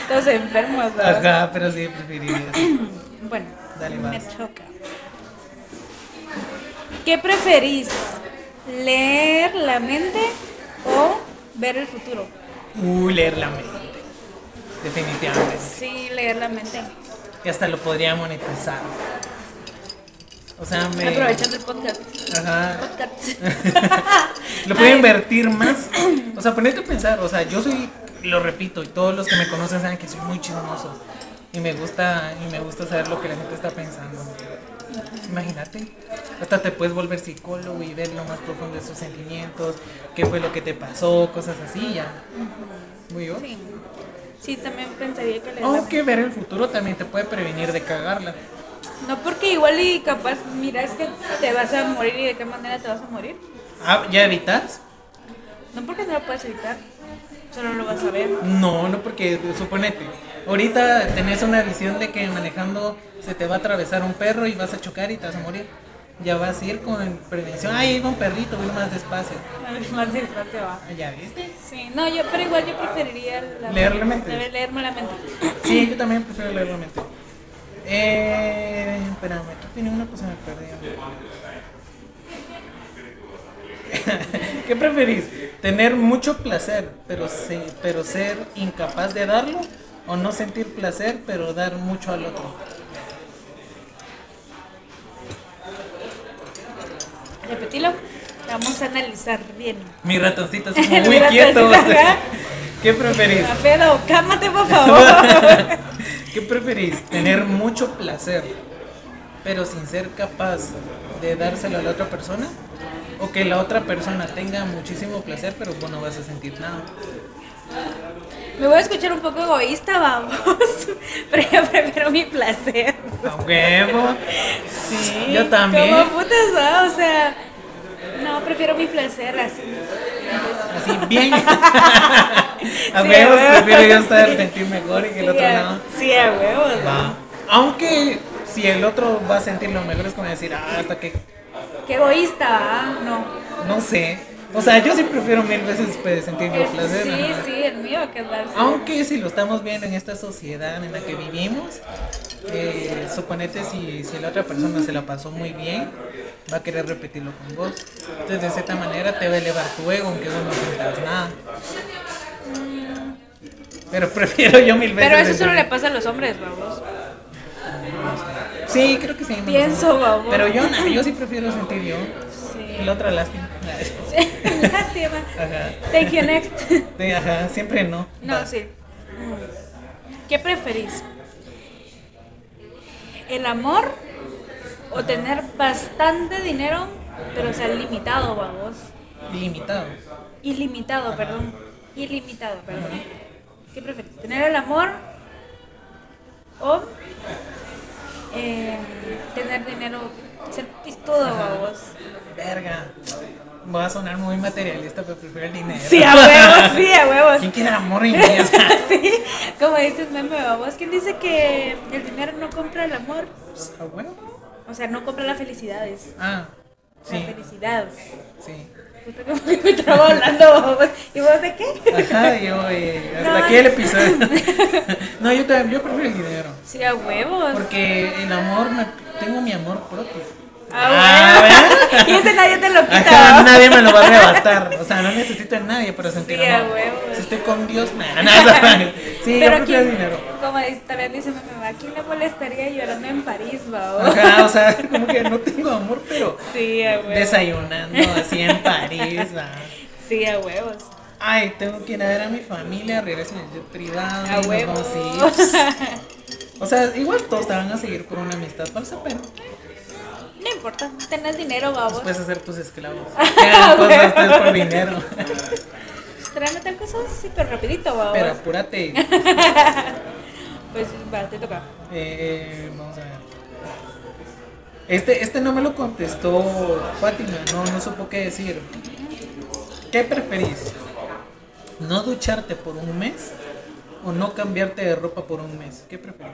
Speaker 5: Todos enfermos, vamos.
Speaker 4: Ajá, pero sí preferiría.
Speaker 5: Bueno,
Speaker 4: Dale,
Speaker 5: me
Speaker 4: vas.
Speaker 5: choca. ¿Qué preferís? ¿Leer la mente o ver el futuro?
Speaker 4: Uh, leer la mente. Definitivamente.
Speaker 5: Sí, leer la mente.
Speaker 4: Y hasta lo podría monetizar. O sea, me.
Speaker 5: Aprovechando el podcast.
Speaker 4: Ajá.
Speaker 5: Podcast.
Speaker 4: Lo puedo
Speaker 5: Ay.
Speaker 4: invertir más. O sea, ponerte a pensar. O sea, yo soy, lo repito, y todos los que me conocen saben que soy muy chismoso. Y me gusta, y me gusta saber lo que la gente está pensando. Imagínate. Hasta te puedes volver psicólogo y ver lo más profundo de sus sentimientos, qué fue lo que te pasó, cosas así ya. Muy bien.
Speaker 5: Sí. Sí, también pensaría que le da la-
Speaker 4: Aunque ver el futuro también te puede prevenir de cagarla.
Speaker 5: No, porque igual y capaz miras que te vas a morir y de qué manera te vas a morir.
Speaker 4: Ah, ¿Ya evitas?
Speaker 5: No porque no lo puedes evitar, solo lo vas a ver.
Speaker 4: No, no, porque suponete, ahorita tenés una visión de que manejando se te va a atravesar un perro y vas a chocar y te vas a morir. Ya vas a ir con prevención. Ay, iba un perrito, voy más despacio.
Speaker 5: Más de más te va.
Speaker 4: Ah, ¿Ya viste?
Speaker 5: Sí, no, yo, pero igual yo preferiría la
Speaker 4: Leer la mente.
Speaker 5: Leer- leerme la mente.
Speaker 4: Sí, yo también prefiero leer la mente. Eh, espérame, aquí tenía una cosa que me perdí. ¿Qué preferís? ¿Tener mucho placer, pero, se- pero ser incapaz de darlo? ¿O no sentir placer, pero dar mucho al otro?
Speaker 5: Repetilo, vamos a analizar bien.
Speaker 4: Mi ratoncito es como
Speaker 5: El
Speaker 4: muy quieto.
Speaker 5: ratoncito, ajá.
Speaker 4: ¿Qué preferís?
Speaker 5: A pedo, cámate por favor.
Speaker 4: ¿Qué preferís? ¿Tener mucho placer, pero sin ser capaz de dárselo a la otra persona? ¿O que la otra persona tenga muchísimo placer, pero vos no vas a sentir nada?
Speaker 5: Me voy a escuchar un poco egoísta, vamos. Pero yo prefiero mi placer.
Speaker 4: ¡A huevo!
Speaker 5: Sí.
Speaker 4: Yo también.
Speaker 5: Como putas, va, o sea. No, prefiero mi placer así.
Speaker 4: Así, bien. A
Speaker 5: Sí,
Speaker 4: huevos,
Speaker 5: a huevo.
Speaker 4: prefiero yo estar,
Speaker 5: Sí.
Speaker 4: sentir mejor y que el
Speaker 5: Sí,
Speaker 4: otro
Speaker 5: a-
Speaker 4: no.
Speaker 5: Sí, a huevos.
Speaker 4: Va. Aunque si el otro va a sentir lo mejor es como decir, ah, hasta que
Speaker 5: Qué egoísta, ah, no.
Speaker 4: No sé. O sea, yo sí prefiero mil veces pues, sentir mi
Speaker 5: El-
Speaker 4: placer.
Speaker 5: Eh, sí,
Speaker 4: ajá. Ah,
Speaker 5: sí, el mío que darse.
Speaker 4: Aunque si lo estamos viendo en esta sociedad en la que vivimos, eh, suponete si, si la otra persona se la pasó muy bien, va a querer repetirlo con vos. Entonces, de cierta manera, te va a elevar tu ego, aunque vos no sientas nada. Pero prefiero yo mil veces.
Speaker 5: Mm. Pero eso solo le
Speaker 4: sentir-
Speaker 5: pasa a los hombres, vamos.
Speaker 4: Sí, creo que sí. menos
Speaker 5: Pienso,
Speaker 4: mal.
Speaker 5: babón.
Speaker 4: Pero yo, no, yo sí prefiero sentir yo.
Speaker 5: Sí.
Speaker 4: La otra lástima.
Speaker 5: Lástima.
Speaker 4: Ajá.
Speaker 5: Thank you, next.
Speaker 4: Sí, ajá, siempre no.
Speaker 5: No,
Speaker 4: Va.
Speaker 5: sí. Mm. ¿Qué preferís? ¿El amor o tener bastante dinero, pero o sea, limitado, vamos?
Speaker 4: Limitado.
Speaker 5: Ilimitado, perdón. Ilimitado, perdón. ¿Qué preferís? ¿Tener el amor o eh, tener dinero, ser pistudo, vamos?
Speaker 4: Verga. Voy a sonar muy materialista, pero prefiero el dinero.
Speaker 5: Sí, a huevos, sí, a huevos.
Speaker 4: ¿Quién quiere amor y mierda?
Speaker 5: sí, como dices, meme, babos, ¿quién dice que el dinero no compra el amor?
Speaker 4: ¿A huevo?
Speaker 5: O sea, no compra la felicidad, es
Speaker 4: Pues, Ah,
Speaker 5: la
Speaker 4: sí,
Speaker 5: felicidad.
Speaker 4: sí.
Speaker 5: Puta, como que me trabo hablando, babos. ¿Y vos de qué?
Speaker 4: Ajá, yo, eh, hasta
Speaker 5: No,
Speaker 4: aquí el episodio. no, yo también, yo prefiero el dinero.
Speaker 5: Sí, a huevos.
Speaker 4: Porque el amor, me- tengo mi amor propio. Ah,
Speaker 5: A huevos. y ese nadie te lo quita.
Speaker 4: Ajá,
Speaker 5: babos.
Speaker 4: nadie me lo va a arrebatar. O sea, no necesito a nadie para sentir
Speaker 5: Sí, a
Speaker 4: amor.
Speaker 5: huevo.
Speaker 4: Si estoy con Dios, nada, nada. Sí,
Speaker 5: Pero
Speaker 4: yo prefiero
Speaker 5: aquí,
Speaker 4: el dinero.
Speaker 5: como dice- también dice meme, ¿a quién le molestaría llorando en París, babos?
Speaker 4: Ajá, o sea, como que no tengo amor, pero
Speaker 5: Sí, a huevos.
Speaker 4: desayunando así en París. va.
Speaker 5: Sí, a huevos.
Speaker 4: Ay, tengo que ir a ver a mi familia, regreso en el jet privado.
Speaker 5: A
Speaker 4: y nos
Speaker 5: huevos.
Speaker 4: vamos a ir. O sea, igual todos te van a seguir por una amistad falsa, pero
Speaker 5: No importa, tenés dinero, babos.
Speaker 4: puedes hacer tus esclavos. Qué hagan cosas ustedes por dinero.
Speaker 5: Tráeme tal cosa, sí, pero rapidito, babos.
Speaker 4: Pero apúrate.
Speaker 5: Pues va, te toca.
Speaker 4: Eh, vamos a ver. Este, este no me lo contestó Fátima, no, no supo qué decir. ¿Qué preferís? ¿No ducharte por un mes o no cambiarte de ropa por un mes? ¿Qué preferís?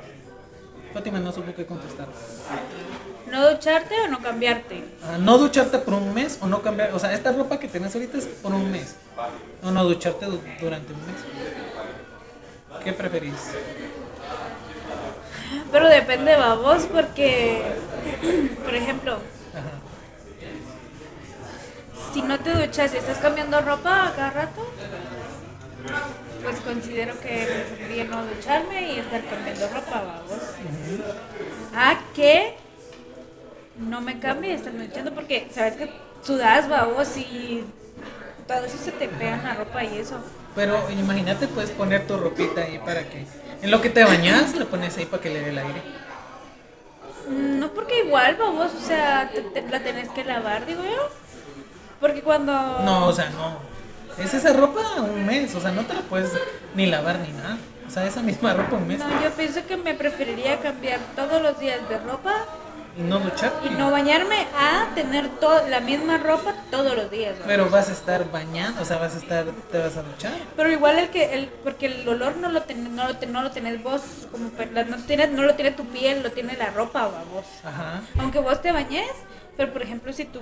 Speaker 4: Fátima no supo qué contestar.
Speaker 5: ¿No ducharte o no cambiarte?
Speaker 4: Ah, ¿No ducharte por un mes o no cambiar? O sea, esta ropa que tenés ahorita es por un mes. O no ducharte du- durante un mes. ¿Qué preferís?
Speaker 5: Pero depende, babos, porque, por ejemplo,
Speaker 4: Ajá.
Speaker 5: si no te duchas y estás cambiando ropa cada rato, pues considero que preferiría no ducharme y estar cambiando ropa, babos. A que no me cambie y estar duchando, porque sabes que sudas, babos, y todo eso se te pega en la ropa y eso.
Speaker 4: Pero imagínate, puedes poner tu ropita ahí para que. En lo que te bañas, la pones ahí para que le dé el aire.
Speaker 5: Mm, No, porque igual, babos, o sea, te- te- la tenés que lavar, digo yo. Porque cuando.
Speaker 4: No, o sea, no. Es esa ropa un mes, o sea, no te la puedes ni lavar ni nada. O sea, esa misma ropa un mes.
Speaker 5: No, yo pienso que me preferiría cambiar todos los días de ropa
Speaker 4: Y no duchar.
Speaker 5: y no bañarme a tener to- la misma ropa todos los días. ¿no?
Speaker 4: Pero vas a estar bañando, o sea, vas a estar, te vas a duchar.
Speaker 5: Pero igual el que el porque el olor no lo ten- no lo, ten- no lo tenés vos como per- la- no tienes no lo tiene tu piel, lo tiene la ropa va, vos.
Speaker 4: Ajá.
Speaker 5: Aunque vos te bañes, pero por ejemplo si tu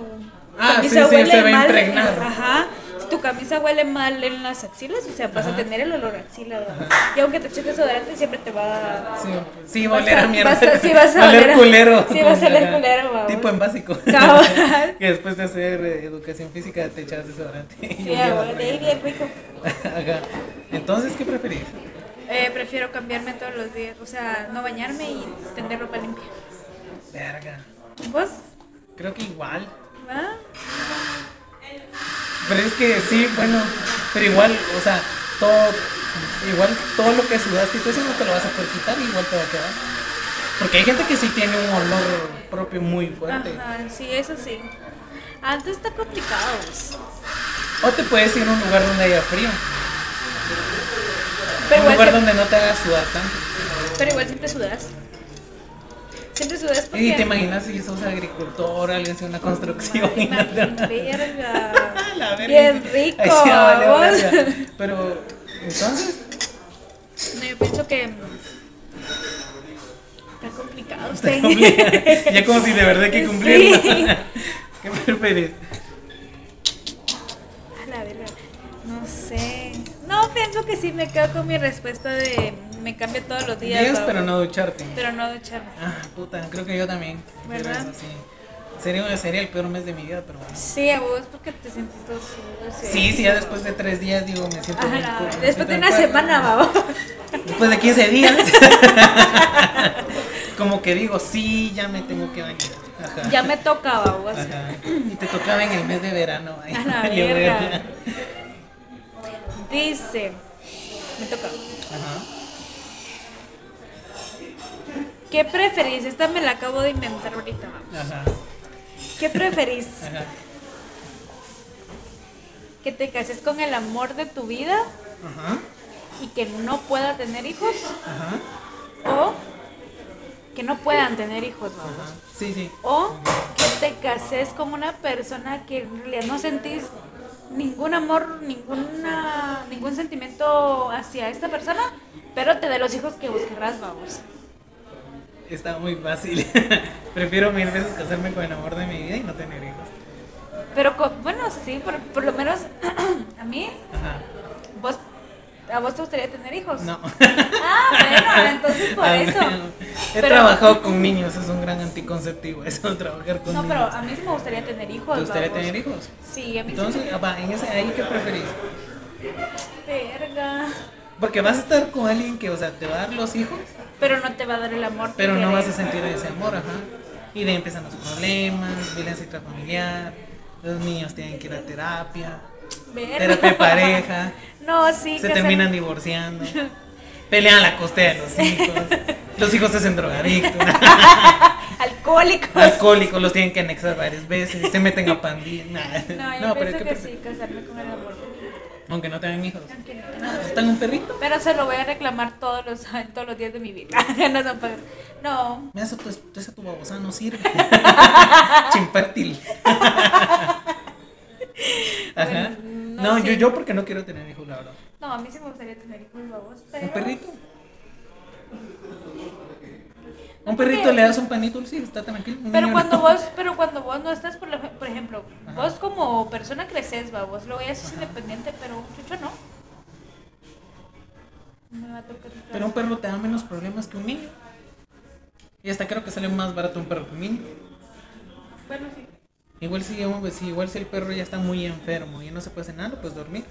Speaker 4: Ah, sí, sí, se va a impregnar.
Speaker 5: ajá, si tu camisa huele mal en las axilas, o sea, vas a
Speaker 4: Ajá.
Speaker 5: tener el olor a axila. va. Y aunque te eches desodorante siempre te va
Speaker 4: Sí, sí va a oler
Speaker 5: Vas
Speaker 4: a
Speaker 5: a-
Speaker 4: mierda.
Speaker 5: vas a- sí, vas a
Speaker 4: Va
Speaker 5: oler a-
Speaker 4: culero.
Speaker 5: sí, vas a oler culero, vamos.
Speaker 4: Tipo en básico.
Speaker 5: Cabal.
Speaker 4: que después de hacer eh, educación física te echas desodorante. y
Speaker 5: sí,
Speaker 4: olías
Speaker 5: a
Speaker 4: horrible.
Speaker 5: huele de ahí bien rico.
Speaker 4: Ajá. Entonces, ¿qué preferís?
Speaker 5: Eh, prefiero cambiarme todos los días, o sea, no bañarme y tener ropa limpia.
Speaker 4: Verga.
Speaker 5: ¿Vos? ¿Ah?
Speaker 4: Creo que igual.
Speaker 5: ¿Va?
Speaker 4: Pero es que sí, bueno, pero igual, o sea, todo, igual todo lo que sudaste y todo eso no te lo vas a poder quitar, igual te va a quedar. Porque hay gente que sí tiene un olor propio muy fuerte.
Speaker 5: Ajá, sí, eso sí. Antes está complicado. pues.
Speaker 4: O te puedes ir a un lugar donde haya frío.
Speaker 5: Pero
Speaker 4: un
Speaker 5: igual,
Speaker 4: lugar
Speaker 5: siempre,
Speaker 4: donde no te haga sudar tanto.
Speaker 5: pero igual siempre sudas. Siempre sudas porque...
Speaker 4: Y te imaginas si sos agricultor, alguien hace una construcción.
Speaker 5: Ay,
Speaker 4: y no-
Speaker 5: imagínate, verga.
Speaker 4: La verga.
Speaker 5: Bien
Speaker 4: Ahí
Speaker 5: rico.
Speaker 4: sí va a valer
Speaker 5: vos.
Speaker 4: verga. Pero, entonces,
Speaker 5: No, yo pienso que... mm, Está complicado
Speaker 4: te
Speaker 5: usted.
Speaker 4: obliga- ya como si de verdad hay que cumplirlo.
Speaker 5: Sí.
Speaker 4: ¿Qué preferís?
Speaker 5: A la verga. No sé. No, pienso que sí, me quedo con mi respuesta de... Me cambio todos los días.
Speaker 4: Días,
Speaker 5: va,
Speaker 4: pero no ducharte.
Speaker 5: Pero no ducharme.
Speaker 4: Ah, puta, creo que yo también.
Speaker 5: ¿Verdad?
Speaker 4: Pero eso sí. Sería, sería el peor mes de mi vida, pero bueno.
Speaker 5: Sí, a vos porque te sentís todo sudo.
Speaker 4: Sí, sí, ya después de tres días, digo, me siento bien
Speaker 5: Ajá,
Speaker 4: cool, me
Speaker 5: después
Speaker 4: siento bien
Speaker 5: de una
Speaker 4: padre.
Speaker 5: semana, babo.
Speaker 4: Después de 15 días. Como que digo, sí, ya me tengo que bañar. Ajá.
Speaker 5: Ya me toca, babo. así.
Speaker 4: Ajá. Y te tocaba en el mes de verano. Ay,
Speaker 5: A la
Speaker 4: valió
Speaker 5: verga.
Speaker 4: verga.
Speaker 5: Dice, me toca.
Speaker 4: Ajá.
Speaker 5: ¿Qué preferís? Esta me la acabo de inventar ahorita, babo.
Speaker 4: Ajá.
Speaker 5: ¿Qué preferís?
Speaker 4: Ajá.
Speaker 5: ¿Que te cases con el amor de tu vida
Speaker 4: Ajá.
Speaker 5: y que no pueda tener hijos?
Speaker 4: Ajá.
Speaker 5: ¿O que no puedan tener hijos, babo?
Speaker 4: Ajá. Sí, sí.
Speaker 5: ¿O que te cases con una persona que en realidad no sentís ningún amor, ninguna, ningún sentimiento hacia esta persona, pero te dé los hijos que vos querrás, vamos?
Speaker 4: Está muy fácil. Prefiero mil veces casarme con el amor de mi vida y no tener hijos.
Speaker 5: Pero co- bueno, sí, por, por lo menos a mí,
Speaker 4: Ajá.
Speaker 5: vos, a vos te gustaría tener hijos.
Speaker 4: No.
Speaker 5: Ah, bueno, entonces por
Speaker 4: A
Speaker 5: eso.
Speaker 4: ver, He
Speaker 5: Pero-
Speaker 4: trabajado con niños, es un gran anticonceptivo. Eso, trabajar con
Speaker 5: No, pero
Speaker 4: niños.
Speaker 5: a mí sí me gustaría tener hijos.
Speaker 4: ¿Te gustaría
Speaker 5: vamos.
Speaker 4: tener hijos?
Speaker 5: Sí, a mí
Speaker 4: Entonces, ah, va, en ese, ahí, ¿qué preferís?
Speaker 5: sí. Verga.
Speaker 4: Porque vas a estar con alguien que, o sea, te va a dar los hijos,
Speaker 5: Pero no te va a dar el amor. que
Speaker 4: pero no vas a
Speaker 5: querés.
Speaker 4: sentir ese amor, ajá. Y de ahí empiezan los problemas, violencia intrafamiliar, los niños tienen que ir a terapia,
Speaker 5: Verga.
Speaker 4: terapia de pareja,
Speaker 5: No, sí.
Speaker 4: se
Speaker 5: que
Speaker 4: terminan divorciando, pelean a la costera de los hijos, los hijos se hacen drogadictos.
Speaker 5: Alcohólicos.
Speaker 4: alcohólicos, los tienen que anexar varias veces, se meten a pandillas. Nah.
Speaker 5: No, yo
Speaker 4: No, pero
Speaker 5: pienso
Speaker 4: ¿qué
Speaker 5: que
Speaker 4: prefi-
Speaker 5: sí, casarme con el amor. de mi vida,
Speaker 4: Aunque no tengan hijos.
Speaker 5: aunque no tenga
Speaker 4: Ah,
Speaker 5: hijos.
Speaker 4: ¿Están un perrito?
Speaker 5: Pero se lo voy a reclamar todos los, todos los días de mi vida. no, son pa- no,
Speaker 4: Me hace tu, esa tu babosa no sirve. Chimpértil. Ajá.
Speaker 5: Bueno, no,
Speaker 4: No, yo,
Speaker 5: sí.
Speaker 4: yo porque no quiero tener hijos, la verdad.
Speaker 5: no, a mí sí me gustaría tener hijos babos, pero...
Speaker 4: ¿Un perrito? Un
Speaker 5: No,
Speaker 4: perrito
Speaker 5: porque-
Speaker 4: le das un panito sí, está tranquilo. Un
Speaker 5: Pero
Speaker 4: niño
Speaker 5: cuando
Speaker 4: no.
Speaker 5: vos, pero cuando vos no estás, por, la- por ejemplo,
Speaker 4: Ajá.
Speaker 5: vos como persona creces, babos, luego ya sos independiente, pero un chucho no. No Me va a tocar un
Speaker 4: Pero un perro te da menos problemas que un niño. Y hasta creo que sale más barato un perro que un niño.
Speaker 5: perro. Bueno, sí.
Speaker 4: Igual si, hombre, si- igual si el perro ya está muy enfermo y no se puede hacer nada, pues dormir.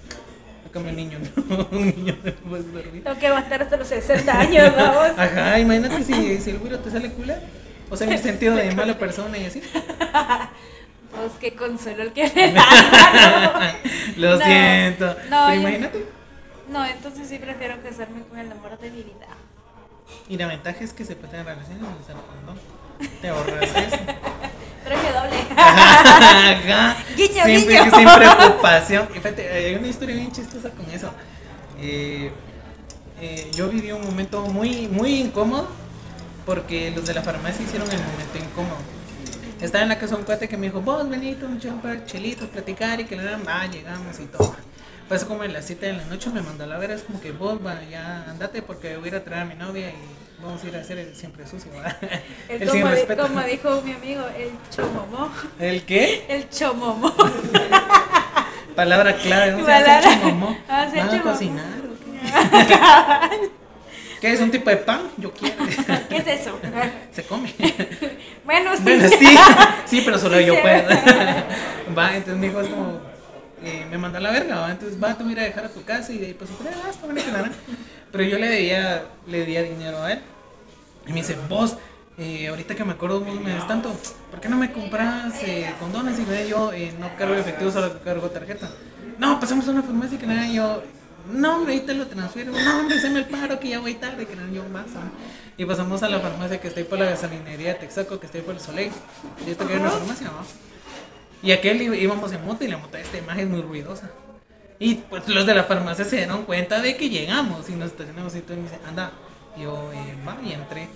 Speaker 4: Acá mi niño no, un niño no puede dormir.
Speaker 5: Tengo que aguantar hasta los 60 años, babos.
Speaker 4: Ajá, imagínate si, si el güiro te sale culero. O sea, en el sentido de mala persona y así.
Speaker 5: Pues qué consuelo el que le da.
Speaker 4: Lo
Speaker 5: No,
Speaker 4: siento.
Speaker 5: no,
Speaker 4: Pero
Speaker 5: yo-
Speaker 4: imagínate.
Speaker 5: No, entonces sí prefiero casarme con el amor de mi vida.
Speaker 4: Y la ventaja es que se pueden relaciones sin usar condón. Te ahorras eso.
Speaker 5: Pero que doble.
Speaker 4: Ajá.
Speaker 5: Guiño,
Speaker 4: siempre,
Speaker 5: guiño.
Speaker 4: sin preocupación. Y Fíjate, hay una historia bien chistosa con eso. Eh, eh, yo viví un momento muy, muy incómodo porque los de la farmacia hicieron el momento incómodo. Estaba en la casa un cuate que me dijo, vos Benito, un chompa, chelitos, platicar y que le dan, ah, llegamos y todo. Pasó como en las 7 de la noche, me mandó a la verga, es como que vos, va, ya andate porque voy a ir a traer a mi novia y vamos a ir a hacer el siempre sucio, ¿va?".
Speaker 5: El
Speaker 4: el sin
Speaker 5: como, di-
Speaker 4: respeto.
Speaker 5: como dijo mi amigo, el chomomó.
Speaker 4: ¿El qué?
Speaker 5: El chomomó.
Speaker 4: Palabra clave, ¿no?
Speaker 5: Palabra-
Speaker 4: Se mamó.
Speaker 5: Ah, se
Speaker 4: ¿Van
Speaker 5: hace
Speaker 4: a
Speaker 5: chomomó.
Speaker 4: cocinar o qué? ¿Qué es un tipo de pan? Yo quiero.
Speaker 5: ¿Qué es eso?
Speaker 4: Se come.
Speaker 5: Bueno, sí.
Speaker 4: Bueno, sí, sí, pero solo
Speaker 5: Sí,
Speaker 4: yo
Speaker 5: sí.
Speaker 4: puedo. va, entonces me dijo, es como, eh, me mandó a la verga, va, entonces va, te voy a ir a dejar a tu casa y de ahí pues, pero, ah, está buena que nada. Pero yo le debía, le debía dinero a él. Y me dice, vos, eh, ahorita que me acuerdo, vos me das tanto, ¿por qué no me compras eh, condones? Y me yo, eh, no cargo efectivo, solo cargo tarjeta. No, pasamos a una farmacia y que nada, yo, no, hombre, ahí te lo transfiero. No, hombre, se me el paro que ya voy tarde, que nada, yo más. ah. Y pasamos a la farmacia que está ahí por la gasolinería de Texaco, que está ahí por el Soleil. Y esto que era una farmacia, ¿no? Y aquel i- íbamos en moto y la moto de esta imagen es muy ruidosa. Y pues los de la farmacia se dieron cuenta de que llegamos y nos estacionamos y todo y me dice, anda, Y yo eh, va y entré.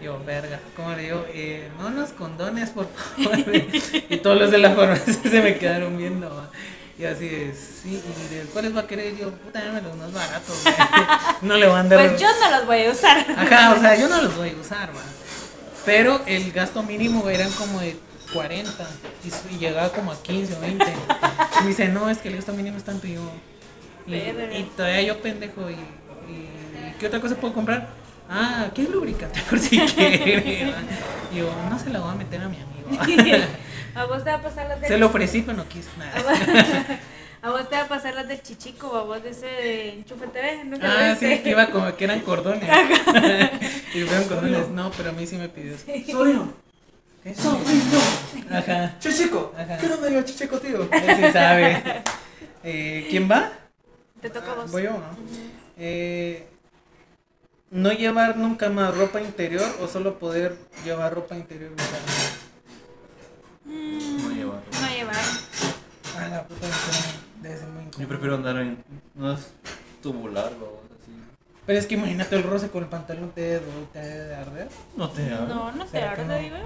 Speaker 4: Yo, verga, ¿cómo le digo? Eh, no nos condones, por favor. y todos los de la farmacia se me quedaron viendo. va. Y así de, sí, y de cuáles va a querer yo, puta, dame los más baratos. va". no le van a andar.
Speaker 5: Pues yo no los voy a usar.
Speaker 4: Ajá, o sea, yo no los voy a usar, man. Pero el gasto mínimo eran como de 40 y, su- y llegaba como a 15 o 20. Y me dice, no, es que el gasto mínimo es tanto y yo. Y,
Speaker 5: Verga.
Speaker 4: y todavía yo pendejo. Y, y, ¿Qué otra cosa puedo comprar? Ah, ¿qué lubricante por si quiere? man. Y yo, no se la voy a meter a mi amigo.
Speaker 5: A vos te va a pasar las del
Speaker 4: se lo ofrecí, pero no quiso nada.
Speaker 5: A vos- A vos te va a pasar las del chichico, a vos de ese de Enchufe TV. Nunca lo
Speaker 4: Ah,
Speaker 5: viste.
Speaker 4: sí, que iba como que eran cordones. y fueron cordones. No, pero a mí sí me pidió. eso.
Speaker 6: Sobrino,
Speaker 4: ¿Qué?
Speaker 6: sobrino.
Speaker 4: Ajá.
Speaker 6: Chichico,
Speaker 4: Ajá.
Speaker 6: ¿qué no me dio chichico, tío?
Speaker 4: Él sí sabe. Eh, ¿Quién va?
Speaker 5: Te toca a vos.
Speaker 4: Voy yo, ¿no? Eh, no llevar nunca más ropa interior o solo poder llevar ropa interior. usada?
Speaker 6: No lleva.
Speaker 5: Mm, No llevar.
Speaker 4: Ah, la puta, eso debe ser muy
Speaker 6: Yo
Speaker 4: incómodo.
Speaker 6: prefiero andar en unos tubular, o así.
Speaker 4: Pero es que imagínate el roce con el pantalón te debe- te debe de arder.
Speaker 6: No te hagas.
Speaker 5: No, no te
Speaker 4: ¿Será que no?
Speaker 5: arde, digo.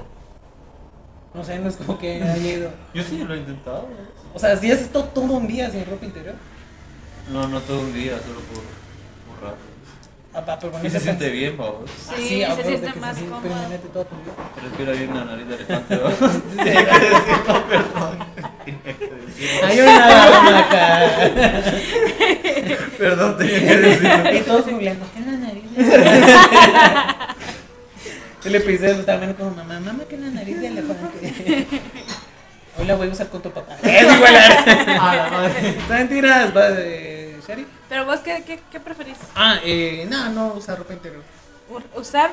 Speaker 4: No sé, no es como que haya ido.
Speaker 6: Yo sí lo he intentado.
Speaker 4: O sea, si has estado todo un día sin ropa interior.
Speaker 6: No, no todo un día, solo por, por rato.
Speaker 4: Ah, pa, pero con
Speaker 6: Y se
Speaker 4: ese
Speaker 6: siente
Speaker 4: pan-
Speaker 6: bien, vamos.
Speaker 4: Ah,
Speaker 5: Sí,
Speaker 4: a
Speaker 5: se
Speaker 4: huevos, de
Speaker 5: siente
Speaker 4: que
Speaker 5: más
Speaker 4: siente- pero
Speaker 5: cómodo.
Speaker 4: imagínate toda tu vida.
Speaker 6: Respira bien la nariz de elefante, vamos. Tenía que decirlo, perdón. Tenía que decirlo.
Speaker 4: Hay una alarma acá.
Speaker 6: Perdón, tenía que decirlo.
Speaker 4: Y todos googleando, ¿qué es la nariz? Yo le pedí a también como mamá, mamá, ¿qué es la nariz de elefante? Hoy la voy a usar con tu papá. Es igual.
Speaker 6: A la madre.
Speaker 4: Son mentiras, va, eh, Shari.
Speaker 5: Pero vos, ¿qué, qué, qué preferís?
Speaker 4: Ah, eh, no, no usar ropa interior.
Speaker 5: Ur- ¿Usar?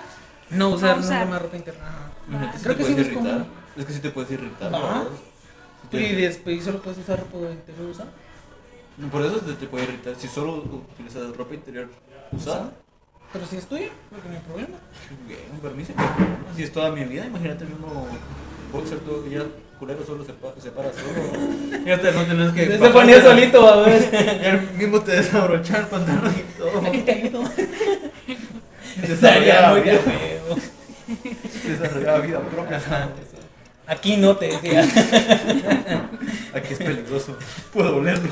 Speaker 4: No usar,
Speaker 5: No
Speaker 4: no
Speaker 5: usar.
Speaker 4: más ropa interior. ajá.
Speaker 6: Imagínate,
Speaker 4: Creo
Speaker 6: te
Speaker 4: que sí
Speaker 6: puedes
Speaker 4: es
Speaker 6: irritar.
Speaker 4: como-
Speaker 6: Es que sí te puedes irritar,
Speaker 4: Ajá.
Speaker 6: vamos. Sí te-
Speaker 4: Y después solo puedes usar ropa interior usada.
Speaker 6: No, Por eso te, te puede irritar. Si solo utilizas ropa interior usada,
Speaker 4: Pero si es tuya, porque no hay problema.
Speaker 6: bien, permiso. Si es toda mi vida, imagínate uno boxer todo que ya culero solo se, pa- se para solo. ya hasta no tenés que.
Speaker 4: Se ponía
Speaker 6: bajarte.
Speaker 4: solito, va a ver.
Speaker 6: Ya mismo te desabrochaba el pantalón y todo.
Speaker 4: Estaría
Speaker 6: Desarrollaba
Speaker 4: muy
Speaker 6: vida,
Speaker 4: feo.
Speaker 6: desarrollaba vida propia.
Speaker 4: Aquí no te decía.
Speaker 6: Aquí es peligroso. Puedo olerlo.